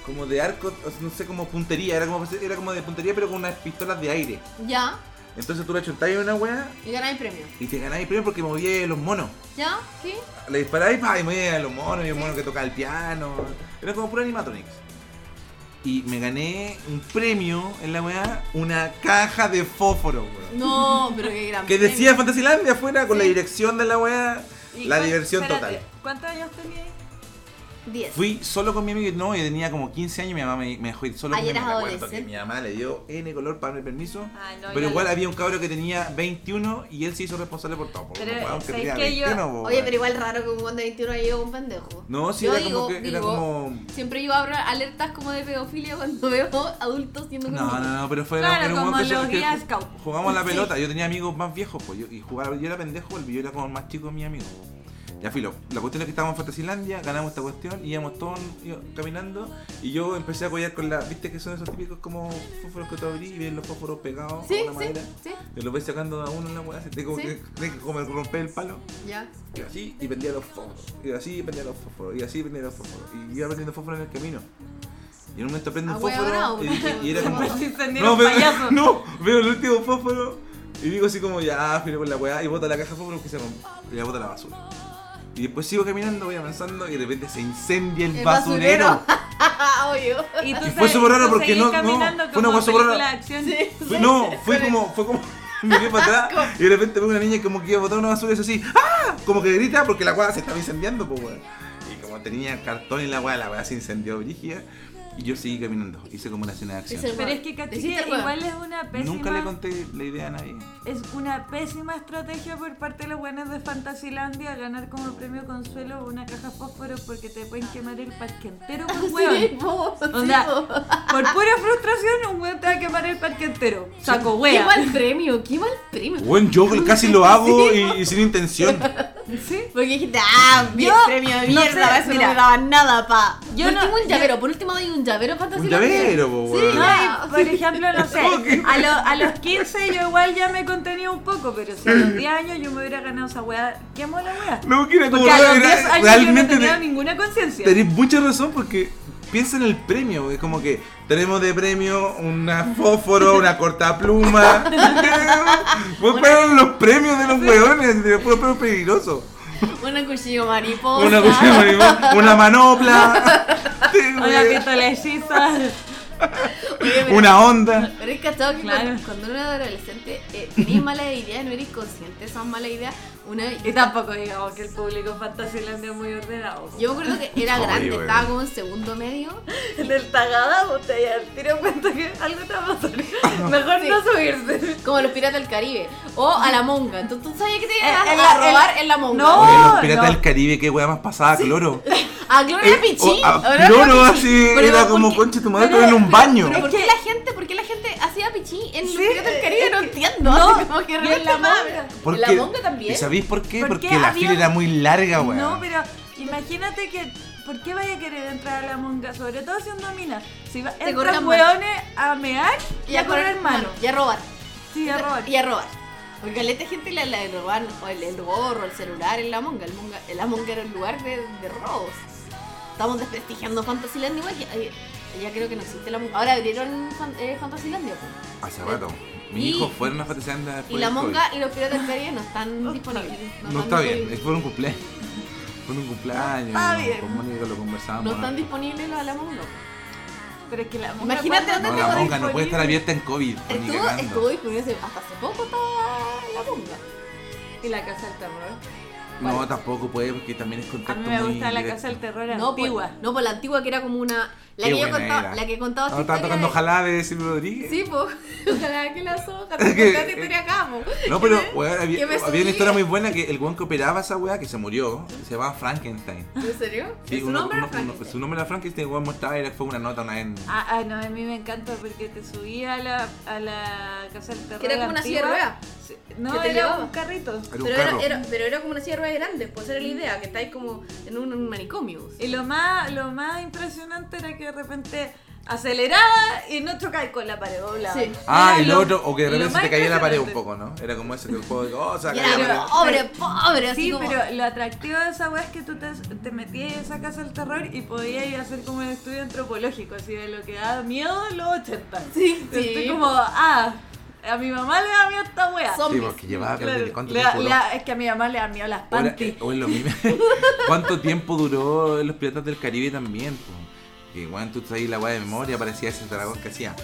S2: Como de arco, o sea, no sé, como puntería, era como, era como de puntería pero con unas pistolas de aire.
S3: Ya.
S2: Entonces tú le chuntáis una wea
S3: Y ganáis el premio.
S2: y te ganáis premio porque movías los monos.
S3: ¿Ya? ¿Sí?
S2: Le disparáis pa, y movías a los monos, y un mono que tocaba el piano. Era como puro animatronics. Y me gané un premio en la weá, una caja de fósforo, weón.
S3: No, pero <laughs> qué gran
S2: Que
S3: premio.
S2: decía Fantasylandia afuera con la dirección de la weá,
S5: Y
S2: la
S5: cuán-
S2: diversión
S5: espérate,
S2: total.
S5: ¿Cuántos años tenías?
S3: 10.
S2: Fui solo con mi amigo, y- no, yo tenía como 15 años y mi mamá me, me dejó ir solo
S3: Ah,
S2: con
S3: ya
S2: mi
S3: eras
S2: mamá. Me acuerdo
S3: adolescente.
S2: que mi mamá le dio N color para darme permiso.
S5: Ay, Ah, no,
S2: pero
S5: ya
S2: igual
S5: lo-
S2: había un cabro que tenía 21 y él se hizo responsable por todo. Porque
S5: Pero,
S2: un weón que
S5: ¿sabes
S2: tenía
S5: qué? Yo-
S2: 21, po,
S3: Oye,
S2: weón.
S3: pero igual raro que un guante de 21 haya ido con un pendejo.
S2: No, sí,
S3: Yo
S2: era como
S3: digo-
S2: que era
S3: digo,
S2: como.
S3: Siempre yo abro alertas como de pedofilia cuando veo adultos siendo con
S2: No,
S3: niños.
S2: no, no, pero fue
S5: Claro,
S2: era un
S5: como
S2: momento
S5: los
S2: en que
S5: Girl Scouts.
S2: Jugamos la
S5: Sí.
S2: pelota, yo tenía amigos más viejos, pues, yo, y jugaba, yo era pendejo, el yo era como el más chico de mis amigos. Ya filo, la cuestión es que estábamos en Fantasylandia, ganamos esta cuestión, y íbamos todos yo, caminando, y yo empecé a collar con la, viste que son esos típicos como fósforos que tú abrís y ves los fósforos pegados
S3: Sí,
S2: a una
S3: sí,
S2: madera.
S3: sí.
S2: Yo los voy sacando a uno en la weá, así, tengo
S3: Sí.
S2: que, tengo que como romper el palo.
S3: Ya.
S2: Y así, y vendía los fósforos. Y así vendía los fósforos. Y así vendía los fósforos. Y iba vendiendo fósforos en el camino. Y en un momento prende un
S3: Ah,
S2: fósforo.
S3: weonao,
S2: Y, dije,
S5: <laughs>
S2: y era como.
S5: Como si encendiera
S2: No
S5: un payaso.
S2: veo, <laughs> no, veo el último fósforo. Y digo así como, ya, pero con la weá. Y bota la caja de fósforos que se rompe. Y la bota a la basura. Y después sigo caminando, voy avanzando y de repente se incendia el,
S3: El
S2: basurero.
S3: basurero. Eh, <laughs> Obvio.
S5: Y tú
S2: Y fue
S5: sabes-
S2: súper raro
S5: tú
S2: porque
S5: seguís
S2: no- no,
S5: caminando
S2: fue una
S5: como
S2: hueá súper
S5: película
S2: rara.
S5: de acción.
S2: Fue- no, fue como, fue como. <laughs> Miré para atrás y de repente veo una niña como que iba a botar una basura y es así. ¡Ah! Como que grita porque la weá se estaba incendiando, pues weón. Y como tenía cartón y la weá, la weá se incendió brígida. Y yo seguí caminando. Hice como una escena de acción.
S3: Ese
S5: Pero es que caché
S3: Deciste,
S5: que
S3: weón.
S5: igual es una pésima
S2: Nunca le conté la idea a nadie.
S5: es una pésima estrategia por parte de los buenos de Fantasilandia ganar como premio consuelo una caja fósforo porque te pueden quemar el parque entero por
S3: <laughs> Sí,
S5: weón.
S3: po, sí,
S5: Onda,
S3: po.
S5: por pura frustración un weón te va a quemar el parque entero. Saco
S3: Qué
S5: wea.
S3: mal premio, qué mal premio.
S2: Buen yo casi lo hago y, y sin intención.
S5: Sí.
S3: Porque dijiste, ah, bien
S5: Yo-
S3: premio de
S5: no
S3: mierda,
S5: sé,
S3: eso
S5: mira.
S3: no me daba nada, pa.
S5: Yo
S3: por
S5: no-
S3: último el
S5: yo-
S3: llavero, por último hay un llavero
S2: Un
S3: fantasioso.
S2: llavero, po,
S3: Sí,
S2: weón.
S3: ya.
S5: No, y, por ejemplo, no sé,
S2: ¿Cómo que?
S5: a, lo-
S2: <laughs>
S5: a los 15 yo igual ya me contenía un poco, pero si a los 10 años yo me hubiera ganado esa weá, quemo la weá.
S2: No, que era como
S5: Porque a los
S2: era-
S5: 10 años
S2: realmente
S5: yo no tenía
S2: te-
S5: ninguna conciencia.
S2: Tenéis mucha razón porque piensa en el premio, es como que tenemos de premio una
S5: <laughs>
S2: fósforo, una cortapluma. Vos fueron los premios de los hueones, de los premios peligrosos.
S3: Una cuchillo mariposa.
S2: Una cuchilla de marihuana, una
S5: <laughs>
S2: manopla, sí,
S5: Una
S2: wea,
S5: pistola hechiza.
S3: Oye, pero-
S2: una onda.
S3: Pero es cachado que
S5: Claro.
S3: cuando, cuando uno es adolescente eh,
S2: <laughs>
S3: tenés malas ideas, no eres consciente de esas malas ideas. Una vez-
S5: Y tampoco digamos que el público fantasilandia es muy ordenado.
S3: yo me acuerdo que era
S2: Ay,
S3: grande,
S2: weón.
S3: estaba como en segundo medio.
S5: En el tagada, vos te al tiro cuenta que algo te va
S2: <laughs>
S5: a pasar. Mejor
S3: Sí.
S5: no subirse.
S3: Como los piratas del Caribe. O a la monga. Entonces tú sabías que te ibas
S5: Eh, en
S3: a
S5: la-
S3: robar
S5: en-
S3: en la monga.
S5: No.
S2: Oye, los piratas
S5: Oh, no.
S2: del Caribe, qué wea más pasada, cloro.
S3: A Gloria
S2: Eh,
S3: Pichín.
S2: o a cloro así, era como conche tu madre, pero en un baño.
S3: Pero ¿por
S5: Es
S3: qué
S5: que-
S3: la gente, por qué la gente hacía pichín en
S5: Sí, eh,
S3: los piratas del Caribe?
S5: es
S3: No
S5: que-
S3: entiendo.
S5: no,
S3: <laughs> así como que
S5: y en
S3: realmente
S5: la
S3: más-
S5: manga.
S3: En la monga también.
S2: ¿Y sabéis por qué?
S5: Porque
S2: Porque, la
S5: había-
S2: fila era muy larga, weón.
S5: No, pero imagínate que. ¿Por qué vaya a querer entrar a la monga? Sobre todo siendo mina. Si va, entran
S3: cortan mano.
S5: hueones a mear y, a correr mano.
S3: Y a robar.
S5: Sí, a robar.
S3: Y a robar. Porque caleta gente la, la de robar, o el, el gorro, el celular, en la monga. El, monga, el la monga era un lugar de, de robos. Estamos desprestigiando Fantasyland igual. Ya, eh, ya creo que no existe la monga. Ahora abrieron fan, eh, Fantasylandia. po.
S2: Hace rato. Mi
S3: Y-
S2: hijo fue a una fantasía
S3: Y la monga y los piratas del Caribe no están disponibles.
S2: No está
S3: están
S2: bien,
S3: disponibles.
S2: es por un cumpleaños. Por un cumpleaños.
S5: No está bien.
S2: Con Mónica lo conversamos.
S3: No están disponibles los de la monga.
S5: Pero es que la monga.
S3: Imagínate
S5: ¿cuándo
S2: No,
S3: dónde
S5: te
S2: la
S5: va a
S2: monga no puede estar
S5: disponible?
S2: abierta en COVID. ni
S3: Estuvo,
S2: cagando.
S3: estuvo disponible hace- hasta hace poco estaba la monga.
S5: Y la casa del terror.
S2: No, tampoco puede porque también es
S5: A
S2: contacto
S5: mí me
S2: muy
S5: gusta la
S2: directo.
S5: casa del terror
S3: No, pues.
S5: antigua.
S3: Por, no, por la antigua que era como una. La
S2: Qué
S3: que yo
S2: buena
S3: contaba,
S2: era.
S3: la que contaba esta
S2: No, estaba
S3: historia
S2: tocando
S3: de-
S2: Jalá de Silvio Rodríguez.
S3: Sí, pues. <laughs> Ojalá que la soja.
S2: Es
S3: Te
S2: que-
S3: contaste historia acá, po.
S2: No, pero
S3: Que me-
S2: weón, había,
S3: que me
S2: había una
S3: subí.
S2: historia muy buena que el weón que operaba a esa weá que se murió, se llamaba Frankenstein.
S3: ¿En serio?
S2: Sí,
S3: ¿Es su
S2: uno-
S3: nombre
S2: uno-
S3: era
S2: uno-
S3: Frankenstein?
S2: su nombre era Frankenstein, el weón mostraba y era- fue una nota una vez en-
S5: Ah, ah, no, a mí me encanta porque te subía a la, a la casa del terror.
S3: Que era como una silla
S5: antigua.
S3: de rueda.
S5: Sí, No,
S3: que te
S5: era
S3: llevaba.
S5: un carrito.
S2: Era un
S3: Pero era,
S2: carro.
S3: era- pero era como una sierra de grande, pues era la idea, que estáis como en un, un manicomio.
S5: Y lo más, lo más impresionante era que de repente aceleraba y no chocaba con la pared doblada.
S3: Sí.
S2: Ah,
S5: Era
S2: y lo otro, o que de
S5: lo
S2: repente se
S5: más
S2: te caía la pared un
S5: impresionante.
S2: poco, ¿no? Era como ese que el juego de cosas,
S3: Y
S2: caía la
S5: pero-
S2: pared.
S3: era pobre, pobre, así
S5: Sí,
S3: como.
S5: pero lo atractivo de esa weá es que tú te, te metías en esa casa del terror y podías ir a hacer como un estudio antropológico, así de lo que da miedo en los 80.
S3: Sí, sí.
S5: Estoy como, ah, a mi mamá le da miedo esta weá.
S3: Son-
S2: Sí, porque llevaba
S5: oh, Claro,
S2: creo que cuánto
S5: le da-
S2: tiempo
S5: le
S2: duró.
S5: da- es que a mi mamá le da miedo las
S2: O era-
S5: panties.
S2: o es lo mismo. ¿Cuánto tiempo duró en los Piratas del Caribe también? po? Que igual tú traes la weá de memoria, parecía ese dragón que hacía.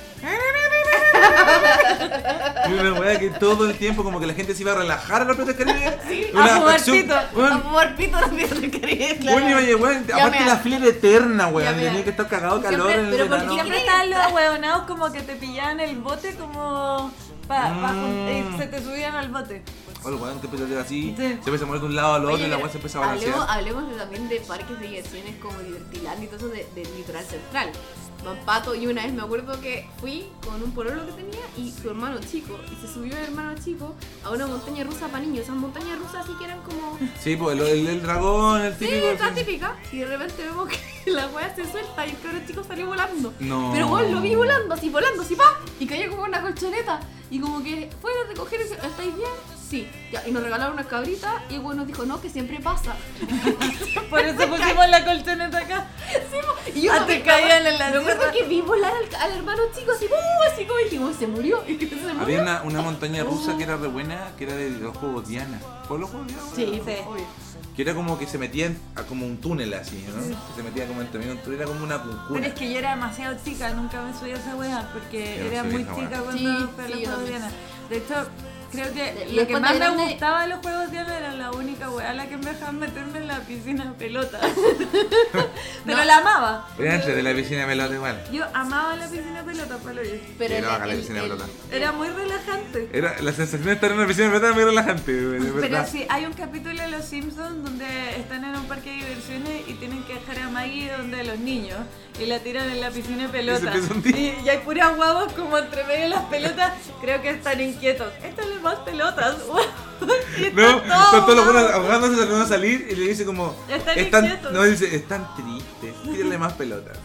S2: Y una weá que todo el tiempo como que la gente se iba a relajar a los Piratas del Caribe.
S5: a
S2: una
S5: jugar
S2: atracción-
S5: pito,
S2: Weón,
S3: A jugar pito también <laughs> te quería, claro.
S2: weón, iba a llegar- weón,
S3: Ya
S2: aparte
S3: me-
S2: la fila era eterna, weón.
S3: me-
S2: Tenía que estar cagado de
S3: Siempre-
S2: calor en el
S3: pero ¿por
S2: verano.
S3: qué
S5: Siempre estaban los ahueonados como que te pillaban el bote como pa, pa-
S2: Mm.
S5: y se te subían al bote.
S2: O el weón que empieza a hacer así,
S5: Sí.
S2: se empieza a mover de un lado al otro
S3: Oye,
S2: y la
S3: pero
S2: weá se empieza a balancear.
S3: Hablemos, hablemos de- también de parques de diversiones como Divertiland y todo eso de- del litoral central. Mampato, y una vez me acuerdo que fui con un pololo que tenía y su hermano chico, y se subió el hermano chico a una montaña rusa para niños. Esas montañas rusas así que eran como.
S2: Sí, pues el, el- el dragón, el
S3: Sí,
S2: típico.
S3: tan
S2: sí.
S3: típica. Y de repente vemos que <laughs> la wea se suelta y el cabrón chico salió volando.
S2: No.
S3: Pero bueno, lo vi volando, así volando, así pa, y cayó como en una colchoneta. Y como que fueron a recoger y dice, ¿estáis bien? Sí. Ya, y nos regalaron unas cabritas y el bueno nos dijo, no, que siempre pasa.
S5: Por eso pusimos la colchoneta acá.
S3: Y yo
S5: Ah,
S3: no
S5: te
S3: me-
S5: caían en la
S3: Me acuerdo
S5: tierra.
S3: que vi volar al, al hermano chico así, ¡uh! así como dijimos, se murió. <laughs> Y se murió.
S2: Había una, una montaña rusa que era re buena, que era de los juegos Diana. ¿Fue los juegos Diana?
S3: Sí,
S5: Sí.
S3: obvio.
S2: Que era como que se metía en- a como un túnel así, ¿no? Que se metía como entre medio de un túnel, era como una cuncuna.
S5: Pero es que yo era demasiado chica, nunca me subí a esa wea porque
S2: Yo no
S5: era
S2: subí
S5: muy
S2: esa wea.
S5: chica cuando
S3: Sí,
S5: fui a
S3: sí,
S5: los
S3: yo
S5: Juegos de
S3: también.
S5: Diana. De hecho, creo que
S3: Y
S5: lo que
S3: cuando
S5: más me
S3: grande-
S5: gustaba de los Juegos de Diana era la única wea a la que me dejaban meterme en la piscina de
S2: <laughs>
S5: pelota. Pero la amaba.
S2: Era antes de la piscina de pelota igual.
S5: Yo amaba la piscina de pelota, palo yo.
S3: Pero
S2: Sí, no,
S3: la-
S2: acá la
S3: el-
S2: piscina de
S3: el-
S2: pelota.
S5: Era muy relajante.
S2: Era, la sensación de estar en una piscina de pelota era muy relajante, de
S5: Pero
S2: verdad.
S5: sí, hay un capítulo de Los Simpsons donde están en un parque de diversiones y tienen que dejar a Maggie donde los niños y la tiran en la piscina de
S2: se
S5: pelota.
S2: empieza a hundir.
S5: Y, y hay puras guavos como entre medio de las pelotas. Creo que están inquietos. Échale más pelotas. <laughs>
S2: No,
S5: y están todos
S2: están todos los buenos
S5: guavos.
S2: ahogándose, tratando de salir y le dice como.
S5: Están inquietos.
S2: No, dice, están tristes, tírenle más pelotas.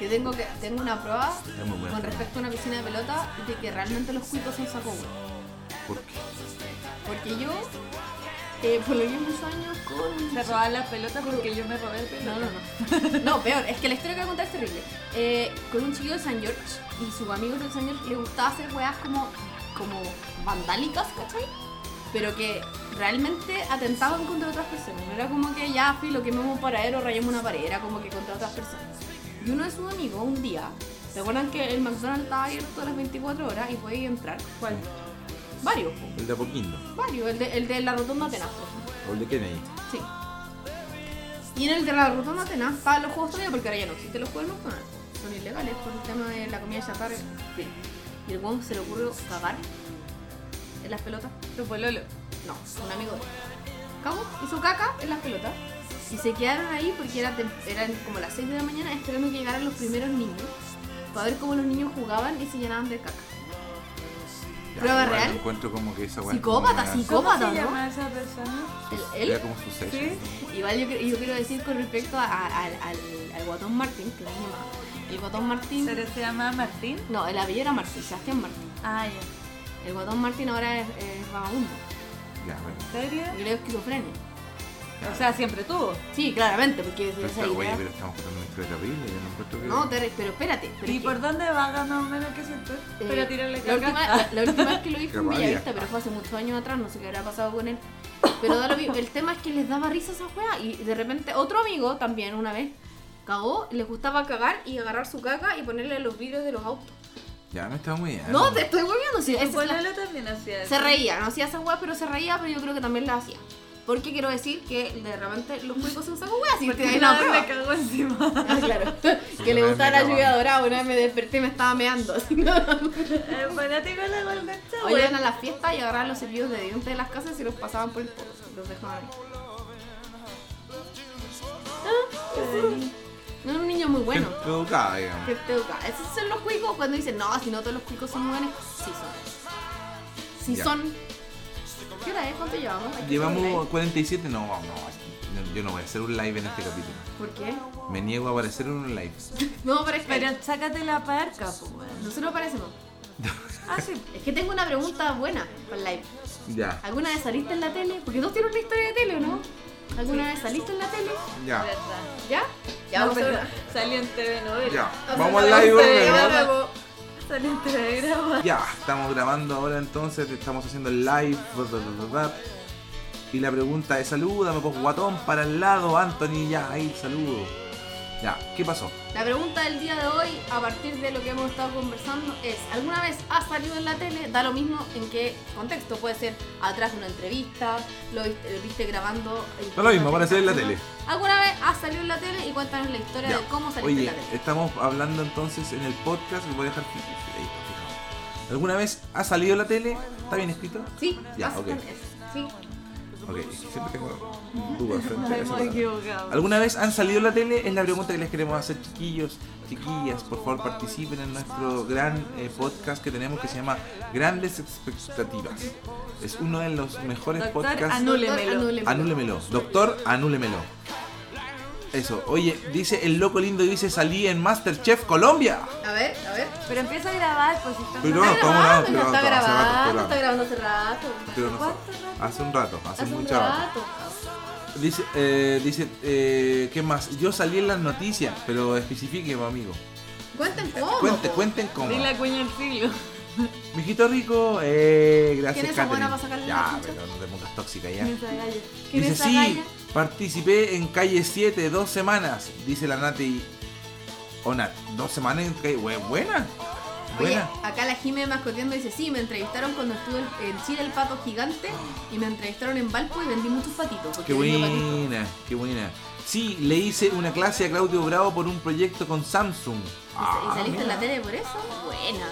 S3: Yo tengo, que, tengo una prueba
S2: Es muy buena.
S3: con respecto a una piscina de pelota de que realmente los cuicos son saco huevo.
S2: ¿Por qué?
S3: Porque yo, eh, por los mismos años con...
S5: Se robaban las pelotas porque yo me robé el
S3: No,
S5: pelota.
S3: no, no. No, peor, es que la historia que voy a contar es terrible. Eh, con un chico de San George y sus amigos del San George le gustaba hacer weas como, como vandálicas, ¿cachai? Pero que realmente atentaban contra otras personas. No era como que ya fui lo quememos un paradero, rayemos una pared, era como que contra otras personas. Y uno de sus amigos un día, ¿se acuerdan que el McDonald's estaba abierto a las 24 horas y podía entrar?
S5: ¿Cuál?
S3: Varios, po,
S2: El de Apoquindo,
S3: varios, el de, el de la rotonda Atenas, po.
S2: o el de Kennedy.
S3: Sí. Y en el de la rotonda tenaz para los juegos todavía, porque ahora ya no existen los juegos McDonald's. Son ilegales por el tema de la comida chatarra. Bien. Y el huevón se le ocurrió cagar en las pelotas.
S5: Tu pololo.
S3: No, un amigo de él. Cagó, hizo caca en las pelotas. Y se quedaron ahí porque era tem- eran como las 6 de la mañana esperando que llegaran los primeros niños. Para ver cómo los niños jugaban y se llenaban de caca.
S2: Ya,
S3: ¿Prueba
S2: igual,
S3: real?
S2: encuentro como que esa weá es
S3: Psicópata,
S2: como una-
S3: psic- Psicópata,
S5: ¿Cómo se
S3: ¿no?
S5: llama esa persona?
S3: El- él
S2: Era como su sello.
S5: Sí.
S3: Igual yo, cre- yo quiero decir con respecto a- a- al, al- al guatón Martín, que se llama. El guatón Martín.
S5: Pero se llama Martín.
S3: No, el apellido era Martín, Sebastián Martín.
S5: Ah, ya.
S3: El guatón Martín ahora es, es vagabundo.
S2: Ya, bueno.
S5: ¿En serio?
S3: Yo le esquizofrenia.
S5: O sea, siempre tuvo.
S3: Sí, claramente, porque es
S2: Pero,
S3: esa
S2: está- oye,
S3: idea.
S2: pero estamos contando una historia terrible, yo no encuentro que.
S3: No, Terry, pero espérate. pero
S5: ¿Y
S3: es que,
S5: por dónde vaga más o menos que se entró?
S3: eh,
S5: Pero tirarle
S3: la
S5: caca. <laughs>
S3: última, la- la última vez que lo <laughs> vi
S2: Qué
S3: fue en
S2: rabia.
S3: Villavista, pero fue hace muchos años atrás, no sé qué habrá pasado con él. Pero da lo mismo, el tema es que les daba risa esa juega y de repente otro amigo también una vez cagó, les gustaba cagar y agarrar su caca y ponerle los vidrios de los autos.
S2: Ya me estaba muy bien.
S3: No, te estoy volviendo, sí,
S5: El
S3: esa es la-
S5: pololo también hacía eso.
S3: Se reía, no hacía esas weas, pero se reía, pero yo creo que también la hacía. Porque quiero decir que de repente los cuicos son saco weas, y
S5: Porque
S3: te
S5: una
S3: no,
S5: vez me cagó encima.
S3: <laughs> Ah, claro.
S2: Porque
S3: que le
S2: una
S3: gustaba
S2: vez
S3: la
S2: me
S3: lluvia
S2: cagaban.
S3: dorada, una vez me desperté y me estaba meando. así, ¿no?
S5: El fanático de la Golden
S3: O
S5: Shower.
S3: iban a las fiestas y agarraban los cepillos de dientes de las casas y los pasaban por el pozo. Los dejaban ahí. Ah, No era un niño muy bueno.
S2: Gente <laughs> educada, digamos.
S3: Que te educa. Esos son los cuicos cuando dicen, no, si no todos los cuicos son buenos. Sí son. Sí
S2: Ya.
S3: son. ¿Qué hora es? ¿Cuánto llevamos? Hay que hacer un
S2: Llevamos
S3: live.
S2: 47. No, no, no, yo no voy a hacer un live en este capítulo.
S3: ¿Por qué?
S2: Me niego a aparecer en un
S3: <laughs>
S2: live.
S3: No, pero espera.
S5: Pero sácate la parca, pues. weón.
S3: Nosotros parecemos.
S5: Ah, sí.
S3: Es que tengo una pregunta buena para el live.
S2: Ya,
S3: ¿Alguna vez saliste en la tele? Porque tú tienes una historia de tele, ¿o no? ¿Alguna vez saliste en la tele?
S2: ya,
S5: Verdad.
S3: ¿Ya?
S5: No,
S3: vamos a
S5: pero
S3: ver.
S5: Salió en TV novela.
S2: ya.
S3: O sea,
S2: Vamos al
S3: no,
S2: live,
S3: no,
S2: volvemos.
S3: no, no, no.
S5: Salió en TV grabada.
S2: Ya, estamos grabando ahora entonces, estamos haciendo el live. bla, bla, bla, bla, bla. Y la pregunta es, salúdame, pues guatón, para el lado, Anthony, ya, ahí, saludo. Ya, ¿qué pasó?
S3: La pregunta del día de hoy, a partir de lo que hemos estado conversando, es: ¿alguna vez has salido en la tele? Da lo mismo en qué contexto. Puede ser atrás de una entrevista, lo viste, lo viste grabando.
S2: Da lo mismo, aparecer en la tele.
S3: ¿Alguna vez has salido en la tele? Y cuéntanos la historia
S2: Ya.
S3: de cómo saliste en
S2: Oye, eh,
S3: la tele.
S2: estamos hablando entonces en el podcast, lo voy a dejar fi- fi- ahí está fijado. ¿Alguna vez ha salido la tele? ¿Está bien escrito?
S3: Sí,
S2: Ya,
S3: has-
S2: ok.
S3: sí.
S2: Ok, siempre tengo dudas frente a
S5: Nos <laughs>
S2: esa
S5: hemos
S2: palabra.
S5: equivocado.
S2: ¿Alguna vez han salido en la tele? Es la pregunta que les queremos hacer, chiquillos, chiquillas. Por favor, participen en nuestro gran eh, podcast que tenemos que se llama Grandes Expectativas. Es uno de los mejores
S5: Doctor
S2: podcasts.
S5: Anu- Anúlemelo.
S3: Doctor,
S2: Anúlemelo. Doctor, anúlemelo. Eso. Oye, dice el loco lindo, dice salí en Masterchef Colombia.
S3: A ver, a ver.
S5: Pero empieza a grabar, pues si está
S2: Pero
S3: Está
S2: no, estamos grabando,
S3: grabando, no está
S2: grabando, hace rato, está
S3: grabando, está grabando hace rato.
S2: Pero no sé.
S5: ¿Cuánto rato?
S2: Hace un rato, hace,
S3: Hace un
S2: mucho rato.
S3: rato.
S2: Dice, eh, dice eh, ¿qué más? Yo salí en las noticias, pero especifique, amigo.
S3: Cuenten cómo.
S2: Cuente,
S3: po.
S2: cuenten cómo.
S5: Di la cuña al siglo.
S2: Mijito rico, eh, gracias.
S3: ¿Quién es esa buena
S2: Catherine.
S3: para sacarle la
S2: Ya,
S3: chucha?
S2: pero no te pongas tóxica ya.
S5: ¿Quién es esa galla? ¿Quién
S2: Dice,
S5: es esa
S2: sí,
S5: galla?
S2: participé en calle 7 dos semanas, dice la Nati. O Nat, dos semanas en calle. bue- Buena.
S3: Oye,
S2: Buena.
S3: acá la Jime mascoteando dice, sí, me entrevistaron cuando estuve en- en Chile el pato gigante y me entrevistaron en Valpo y vendí muchos patitos. porque
S2: Qué
S3: vendo patitos.
S2: buena, qué buena. Sí, le hice una clase a Claudio Bravo por un proyecto con Samsung.
S3: ¿Y
S2: Ah,
S3: saliste en la tele por eso? Buena.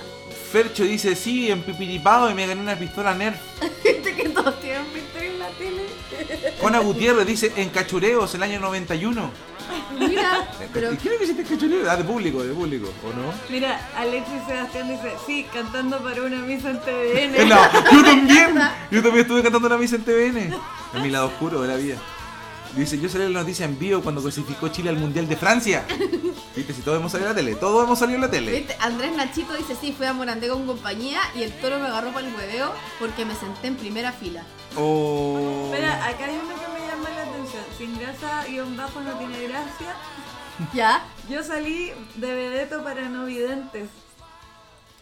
S2: Fercho dice, sí, empipiripado y me gané una pistola Nerf.
S3: Viste que todos tienen visto en la tele.
S2: Juana Gutiérrez dice, en cachureos el año 91.
S3: Mira, pero
S2: ¿Y qué es lo que hiciste en cachureos? Ah, de público, de público, ¿o no?
S5: Mira, Alexis Sebastián dice, sí, cantando para una misa en
S2: <laughs>
S5: TVN. <laughs>
S2: Eh, No, yo también. Yo también estuve cantando una misa en TVN. En mi lado oscuro de la vida. Dice, yo salí en la noticia en vivo cuando clasificó Chile al Mundial de Francia. Viste, si todos hemos salido en la tele, todos hemos salido en la tele.
S3: ¿Viste? Andrés Nachito dice, sí, fui a Morandé con compañía y el toro me agarró para el hueveo porque me senté en primera
S2: <laughs>
S3: fila.
S2: O...
S5: Espera, acá hay uno que me llama la atención. Sin grasa, guión bajo, no tiene gracia.
S3: ¿Ya?
S5: Yo salí de vedeto para no videntes.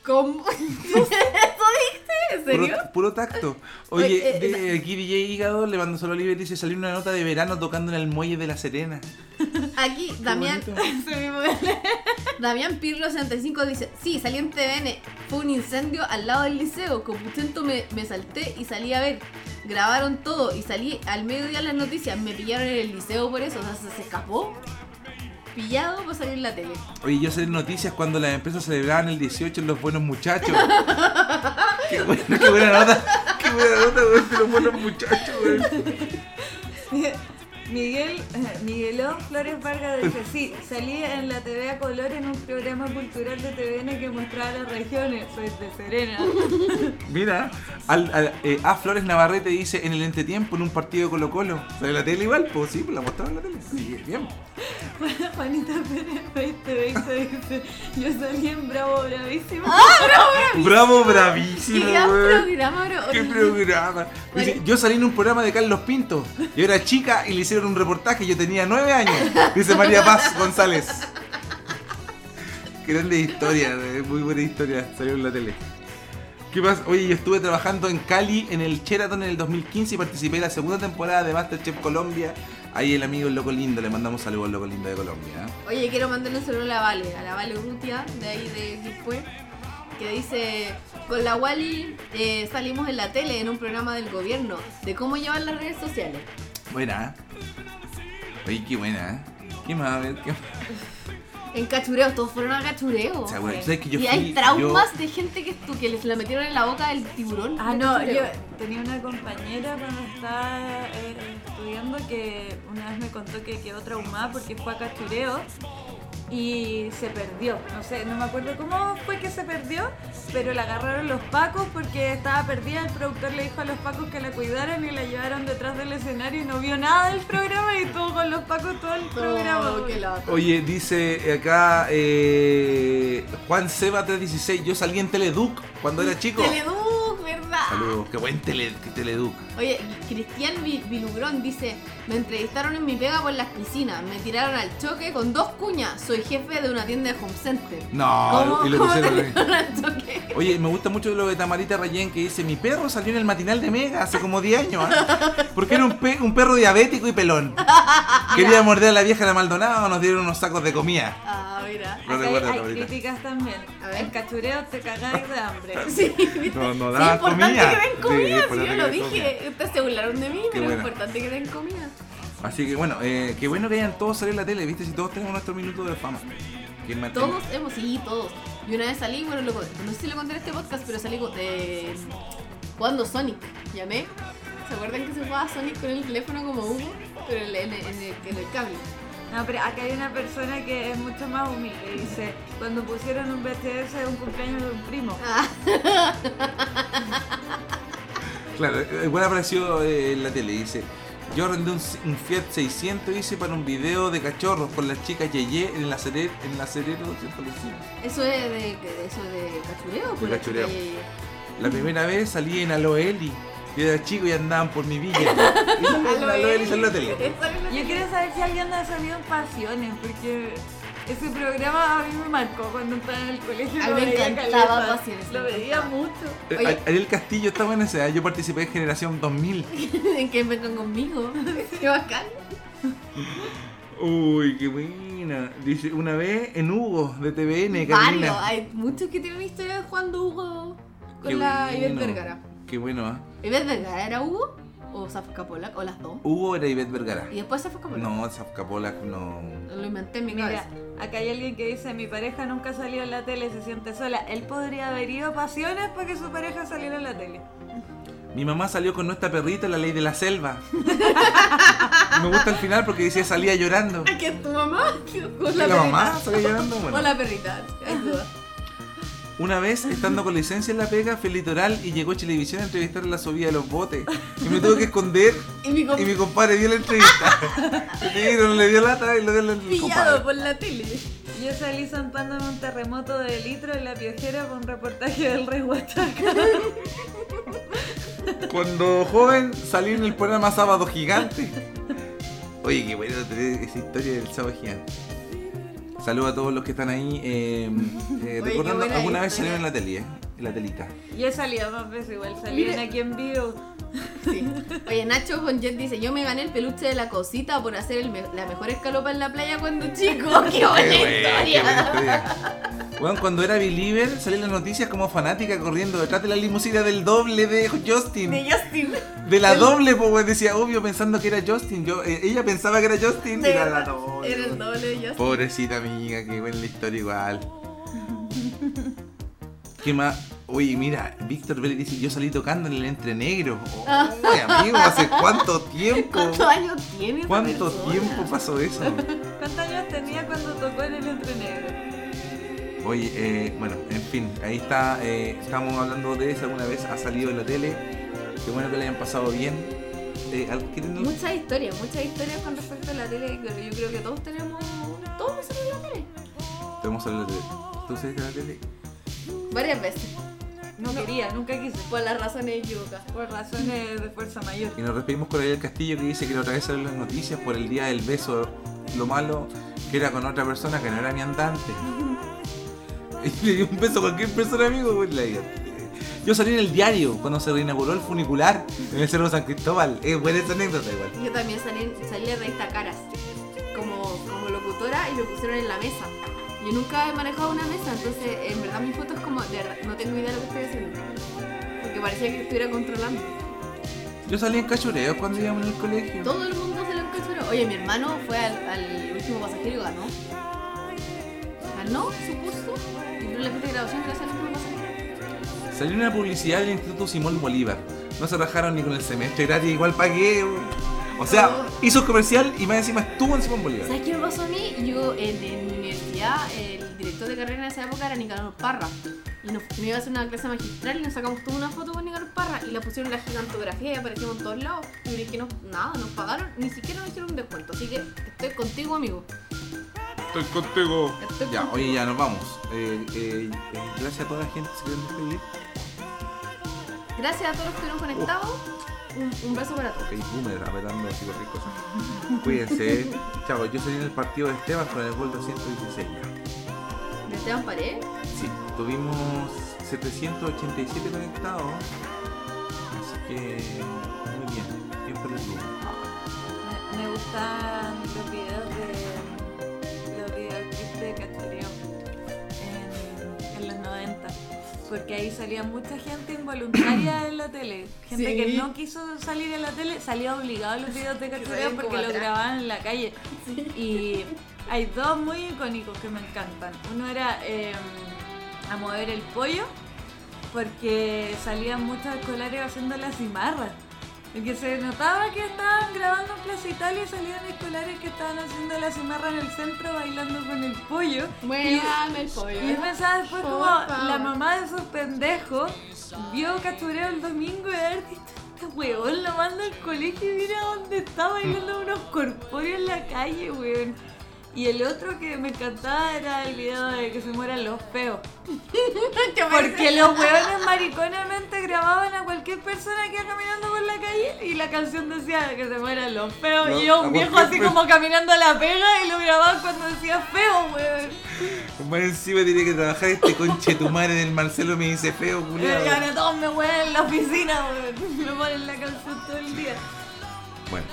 S3: ¿Cómo? <laughs>
S5: ¿En
S2: Puro,
S5: serio?
S2: puro tacto.
S3: Oye,
S2: Oye,
S3: eh,
S2: de- aquí DJ Hígado le mandó solo a Oliver y dice, salió una nota de verano tocando en el muelle de La Serena.
S3: Aquí, Damián, <laughs>
S5: Ese mismo de-
S3: Damián Pirlo 65 dice, sí, salí en TVN, fue un incendio al lado del liceo, con Puchento me, me salté y salí a ver. Grabaron todo y salí al mediodía a las noticias, me pillaron en el liceo por eso, o sea, se, se escapó. Pillado por salir en la tele.
S2: Oye, yo salí en noticias cuando las empresas celebraban el 18 en Los Buenos Muchachos. qué, buena, qué buena nota. Qué buena nota, weón, de Los Buenos Muchachos, weón.
S5: <laughs> Miguel, eh, Miguelón Flores Vargas dice, sí, salí en la TV a color en un programa cultural de TVN que mostraba las regiones. Soy de Serena. <laughs>
S2: Mira, al- al- eh, A Flores Navarrete dice en el entretiempo en un partido de Colo Colo. ¿Sale la tele igual? Pues sí, pues la mostraron en la tele. Sí, bien.
S5: Juanita Pérez 2020 dice, yo salí en Bravo Bravísimo.
S2: Bravo,
S3: <laughs> Y
S2: bravísimo,
S3: gran
S2: weón.
S3: programa, bro.
S2: Qué programa. Dice, yo salí en un programa de Carlos Pinto. Yo era chica y le hicieron un reportaje. Yo tenía nueve años. Dice María Paz González. Grande historia, eh, muy buena historia. Salió en la tele. ¿Qué más? Oye, yo estuve trabajando en Cali, en el Sheraton en el 2015 y participé en la segunda temporada de Masterchef Colombia. Ahí el amigo el Loco Lindo, le mandamos saludos al Loco Lindo de Colombia. ¿eh?
S3: Oye, quiero mandarle un saludo a la Vale, a la Vale Urrutia, de ahí de después, que dice, con la Wally eh, salimos en la tele en un programa del gobierno de cómo llevar las redes sociales.
S2: Buena. ¿eh? Oye, qué buena. ¿eh? ¿Qué más? A ver, ¿qué más?
S3: En cachureos, todos fueron a cachureos.
S2: O sea, bueno, ¿sabes que yo
S3: y
S2: fui-
S3: hay traumas de gente que, estu- que les la metieron en la boca del tiburón.
S5: Ah, no, yo
S3: Cachureo.
S5: tenía una compañera cuando estaba eh, estudiando que una vez me contó que quedó traumada porque fue a cachureo y se perdió. No sé, no me acuerdo cómo fue que se perdió, pero la agarraron los pacos porque estaba perdida. El productor le dijo a los pacos que la cuidaran y la llevaron detrás del escenario y no vio nada del programa y estuvo con los pacos todo el programa.
S3: Oh, qué lata.
S2: Oye, dice acá eh, Juan Seba 316, yo salí en Teleduc cuando era chico.
S3: Teleduc, ¿verdad?
S2: Saludos, qué buen tele, qué Teleduc.
S3: Oye, Cristian Vi- Vilugrón dice, me entrevistaron en mi pega por las piscinas, me tiraron al choque con dos cuñas, soy jefe de una tienda de home center.
S2: No,
S3: <laughs> ¿Cómo-
S2: y lo
S3: cómo
S2: pusieron
S3: te
S2: ahí.
S3: tiraron al choque?
S2: Oye, me gusta mucho lo de Tamarita Rayén que dice, mi perro salió en el matinal de Mega hace como 10 años, ¿ah? porque era un, pe- un perro diabético y
S3: <laughs>
S2: pelón. Quería morder a la vieja de la Maldonado, nos dieron unos sacos de comida.
S3: Ah, mira. <laughs>
S2: No
S5: Acá
S2: recuerdo,
S5: hay, hay
S2: Laurita.
S5: críticas también.
S3: A ver.
S5: En cachureo te cagáis de hambre.
S3: <laughs> Sí, ¿viste?
S2: No, no
S3: Sí,
S2: daban
S3: importante
S2: comida.
S3: que den
S2: Sí,
S3: comida, si
S2: importante
S3: yo
S2: que
S3: lo
S2: den
S3: dije. Ustedes se burlaron de mí, pero es
S2: buena.
S3: importante que den comida.
S2: Así que bueno, eh, qué bueno que hayan todos salido en la tele, viste, si todos tenemos nuestro minuto de fama. Que manten-
S3: Todos hemos, sí, todos. Y una vez salí, bueno, lo con- no sé si lo conté en este podcast, pero salí con- de jugando Sonic. Llamé. ¿Se acuerdan que se jugaba Sonic con el teléfono como Hugo? Pero en, en- en el, en el cable.
S5: No, pero acá hay una persona que es mucho más humilde. Dice, cuando pusieron un BTS de un cumpleaños de un primo.
S3: Ah.
S2: Claro, eh, igual apareció eh, en la tele, dice. Yo arrendé un, si- un Fiat 600, hice para un video de cachorros con las chicas Yeye en la Cerero, en la Cerero 205.
S3: Eso es de, de- eso es de cachureo. pues,
S2: cachureo.
S3: que-
S2: La primera vez salí en Aloeli. Yo era chico y andaban por mi
S3: <laughs>
S2: villa. Y salí en Aloeli salió en la tele.
S3: Eso es lo
S5: Yo
S3: que-
S5: quiero saber si alguien ha salido en pasiones, porque Ese programa a mí me marcó cuando estaba en el colegio.
S3: A mí
S5: lo
S3: me
S5: veía
S3: encantaba
S5: caleta.
S3: Pasiones,
S5: Lo
S3: me
S5: veía
S3: encantaba.
S5: mucho.
S2: Eh,
S3: <laughs> Oye.
S2: Ariel Castillo estaba en esa edad, yo participé en Generación 2000.
S3: <laughs> que vengan conmigo. <laughs> Qué bacán.
S2: Uy, qué buena. Dice, una vez en Hugo de TVN,
S3: Varios,
S2: Carolina.
S3: hay muchos que tienen historia de Juan de Hugo con
S2: Qué
S3: la
S2: bueno.
S3: Ivette Vergara.
S2: Qué bueno, ¿ah?
S3: ¿Ivette Vergara era Hugo o Zafka Polak o las dos?
S2: Hugo era Ivette Vergara.
S3: Y después Zafka Polak.
S2: No, Zapcapolak no.
S3: Lo inventé en mi
S5: Mira,
S3: cabeza.
S5: acá hay alguien que dice, mi pareja nunca salió en la tele, se siente sola. Él podría haber ido a pasiones para que su pareja saliera en la tele.
S2: Mi mamá salió con nuestra perrita en la ley de la
S3: <laughs>
S2: selva. Me gusta el final porque decía salía llorando.
S3: ¿Qué es tu mamá? Con
S2: ¿La,
S3: perrita.
S2: mamá salía llorando? Bueno.
S3: O la perrita.
S2: <laughs>
S3: es duda.
S2: Una vez, estando con licencia en la pega, fui al litoral y llegó Chilevisión a entrevistar a la subida de los botes. Y me tuve que esconder
S3: <laughs> Y mi
S2: y mi
S3: compañero
S2: compadre dio la entrevista. <laughs> Y no le dio lata y lo dio la
S3: pillado por la tele.
S5: Yo salí zampando en un terremoto de litro en la piojera con un reportaje del rey Huachaca.
S3: pues.
S2: Cuando joven salí en el programa Sábado Gigante. Oye, qué bueno tener esa historia del Sábado Gigante. Saludos a todos los que están ahí. eh, eh,
S3: Oye,
S2: recordando,
S3: qué buena
S2: alguna vez
S3: historia.
S2: salieron en la tele, eh, en la telita.
S5: Yo he salido más veces igual, salí en
S3: Mire.
S5: aquí en vivo.
S3: Sí. Oye, Nacho con Jet dice, yo me gané el peluche de la cosita por hacer el me- la mejor escalopa en la playa
S2: <laughs>
S3: cuando chico. ¡Qué buena historia!
S2: Bueno, cuando era believer salí en las noticias como fanática corriendo detrás de la limusina del doble de Justin.
S3: De Justin.
S2: De la doble, pues weón, decía obvio pensando que era Justin. Yo, eh, ella pensaba que era Justin. y era la doble.
S3: Era el doble de Justin.
S2: Pobrecita amiga, qué buena la historia igual. ¿Qué más? Oye, mira, Víctor Vélez dice, yo salí tocando en el Entre
S3: <laughs>
S2: Negro. Uy, amigo, ¿hace cuánto tiempo?
S3: ¿Cuántos años tiene? esa
S2: ¿Cuánto
S3: persona?
S2: tiempo pasó eso?
S5: ¿Cuántos años tenía cuando tocó en el entrenero?
S2: Oye, eh, bueno, en fin, ahí está, eh, estamos hablando de eso, alguna vez ha salido en la tele. Qué bueno que le hayan pasado bien. Eh, ¿al- qué tienen-
S3: Muchas historias, muchas historias con respecto a la tele. que Yo creo que todos tenemos. Todos hemos salido en la tele.
S2: Tenemos salido en la tele. ¿Tú saliste en la tele?
S3: Varias veces.
S5: No quería, nunca quise.
S3: Por las razones equivocadas.
S5: Por razones de fuerza mayor.
S2: Y nos despedimos con Ariel Castillo que dice que la otra vez salió en las noticias por el día del beso, lo malo que era con otra persona que no era mi andante. <laughs> Y le dio un beso a cualquier persona, amigo. güey, la vida. Yo salí en el diario cuando se reinauguró el funicular en el Cerro San Cristóbal. Es buena esa anécdota igual.
S3: Yo también salí, en- salí en revista Caras como, como locutora y lo pusieron en la mesa. Yo nunca he manejado una mesa, entonces en verdad mi foto es como, de verdad, no tengo idea de lo que estoy haciendo. Porque parecía que estuviera controlando.
S2: Yo salí en cachureo cuando íbamos en el colegio.
S3: Todo el mundo se lo encontró. Oye, mi hermano fue al, al último pasajero y ganó. Ganó su curso y fue la fiesta de graduación gracias al último pasajero.
S2: Salió una publicidad del Instituto Simón Bolívar. No se rajaron ni con el semestre gratis, igual pagué. güey. O sea, hizo el comercial y más encima estuvo en Simón Bolívar.
S3: ¿Sabes qué me pasó a mí? Yo en, en mi universidad, el director de carrera en esa época era Nicanor Parra. Y nos, me iba a hacer una clase magistral y nos sacamos toda una foto con Nicanor Parra y la pusieron en la gigantografía y aparecimos en todos lados. Y miré que no, nada, nos pagaron, ni siquiera nos hicieron un descuento. Así que estoy contigo, amigo.
S2: Estoy contigo.
S3: Estoy
S2: Ya,
S3: contigo.
S2: oye, ya nos vamos. Eh, eh, eh, gracias a toda la gente que se quieren despedir.
S3: Gracias a todos los que estuvieron conectados. Un, un beso para todos.
S2: Ok, boomer, apretando así cualquier cosa. Cuídense. Chao, yo salí en el partido de Esteban con el gol 216.
S3: De Esteban Paredes.
S2: Sí, tuvimos 787 conectados. Así que, muy bien. Bien por el club.
S5: Me, me gustan los videos de los videoclips de Cachoreo en, en los 90. Porque ahí salía mucha gente
S3: <clears throat>
S5: involuntaria en la tele. Gente
S3: Sí.
S5: que no quiso salir en la tele, salía obligado a los videos
S3: <laughs>
S5: de Cachoreo
S3: salían
S5: porque
S3: como
S5: lo
S3: atrás.
S5: grababan en la calle. Y hay dos muy icónicos que me encantan. Uno era eh, A Mover el Pollo, porque salían muchos escolares haciendo las cimarras. Y que se notaba que estaban grabando en Plaza Italia y salían escolares que estaban haciendo la cimarra en el centro bailando con el pollo.
S3: Muévame el pollo. <laughs>
S5: Y yo pensaba después
S3: Por
S5: como
S3: favor.
S5: la mamá de esos pendejos vio Cachureo el domingo y haber visto a este weón lo manda al colegio y mira dónde está bailando unos corpóreos en la calle, weón. Y el otro que me encantaba era el video de que se mueran los feos.
S3: Que parece-
S5: Porque los hueones mariconamente grababan a cualquier persona que iba caminando por la calle y la canción decía que se mueran los feos.
S2: No,
S5: y yo,
S2: a
S5: un viejo así
S2: cualquier
S5: como caminando a la pega y lo grababan cuando decía feo, weón.
S2: Más encima tiene que trabajar este conche tu madre del Marcelo me dice feo,
S5: Y
S2: culiado.
S5: ahora todos me hueven en la oficina, weón. Lo ponen la canción todo el día.
S2: Bueno,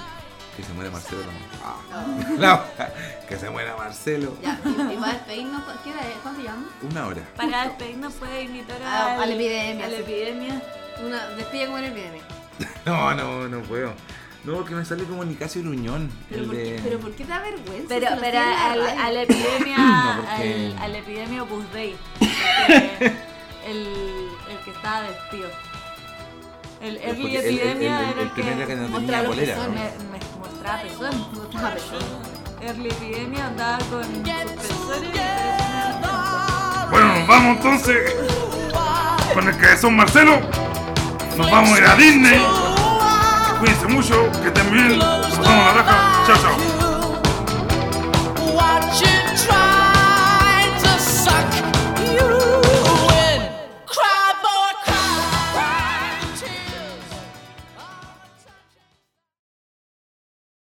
S2: que se muera Marcelo también. Ah, <laughs> no, que se muera Marcelo.
S3: Ya, y, y va a despedirnos. ¿cu- ¿Qué hora es? ¿Cuánto llama?
S2: Una hora.
S5: Para despedirnos puede invitar
S3: Ah, A-
S5: al-
S3: a la epidemia,
S5: A la
S3: sí.
S5: epidemia.
S3: Una despide como en el epidemia.
S2: No, no, no puedo. No, porque me sale como Nicasio Gruñón.
S3: Pero,
S2: el
S3: ¿por
S2: de-
S3: qué, pero ¿por qué te da vergüenza?
S5: Pero,
S3: Si lo
S5: pero
S3: hacía en la
S5: al,
S3: radio.
S5: a la
S2: <clears throat>
S5: epidemia,
S2: No, porque-
S5: al, a la epidemia Opus Dei, porque el, el que estaba vestido. El
S2: Porque
S5: early
S2: el- el-
S5: epidemia
S2: el- el
S5: era el que,
S2: primero que no tenía
S5: mostraba los
S2: polera,
S5: pezones,
S2: ¿no?
S5: me, me mostraba pezones.
S3: Mostraba pezones.
S5: Early epidemia andaba con sus pezones. y parecía-
S6: Bueno, nos vamos entonces con el cabezón Marcelo. Nos vamos a ir a Disney. Cuídense mucho, que estén bien. Nos vemos en la raja. Chao, chao.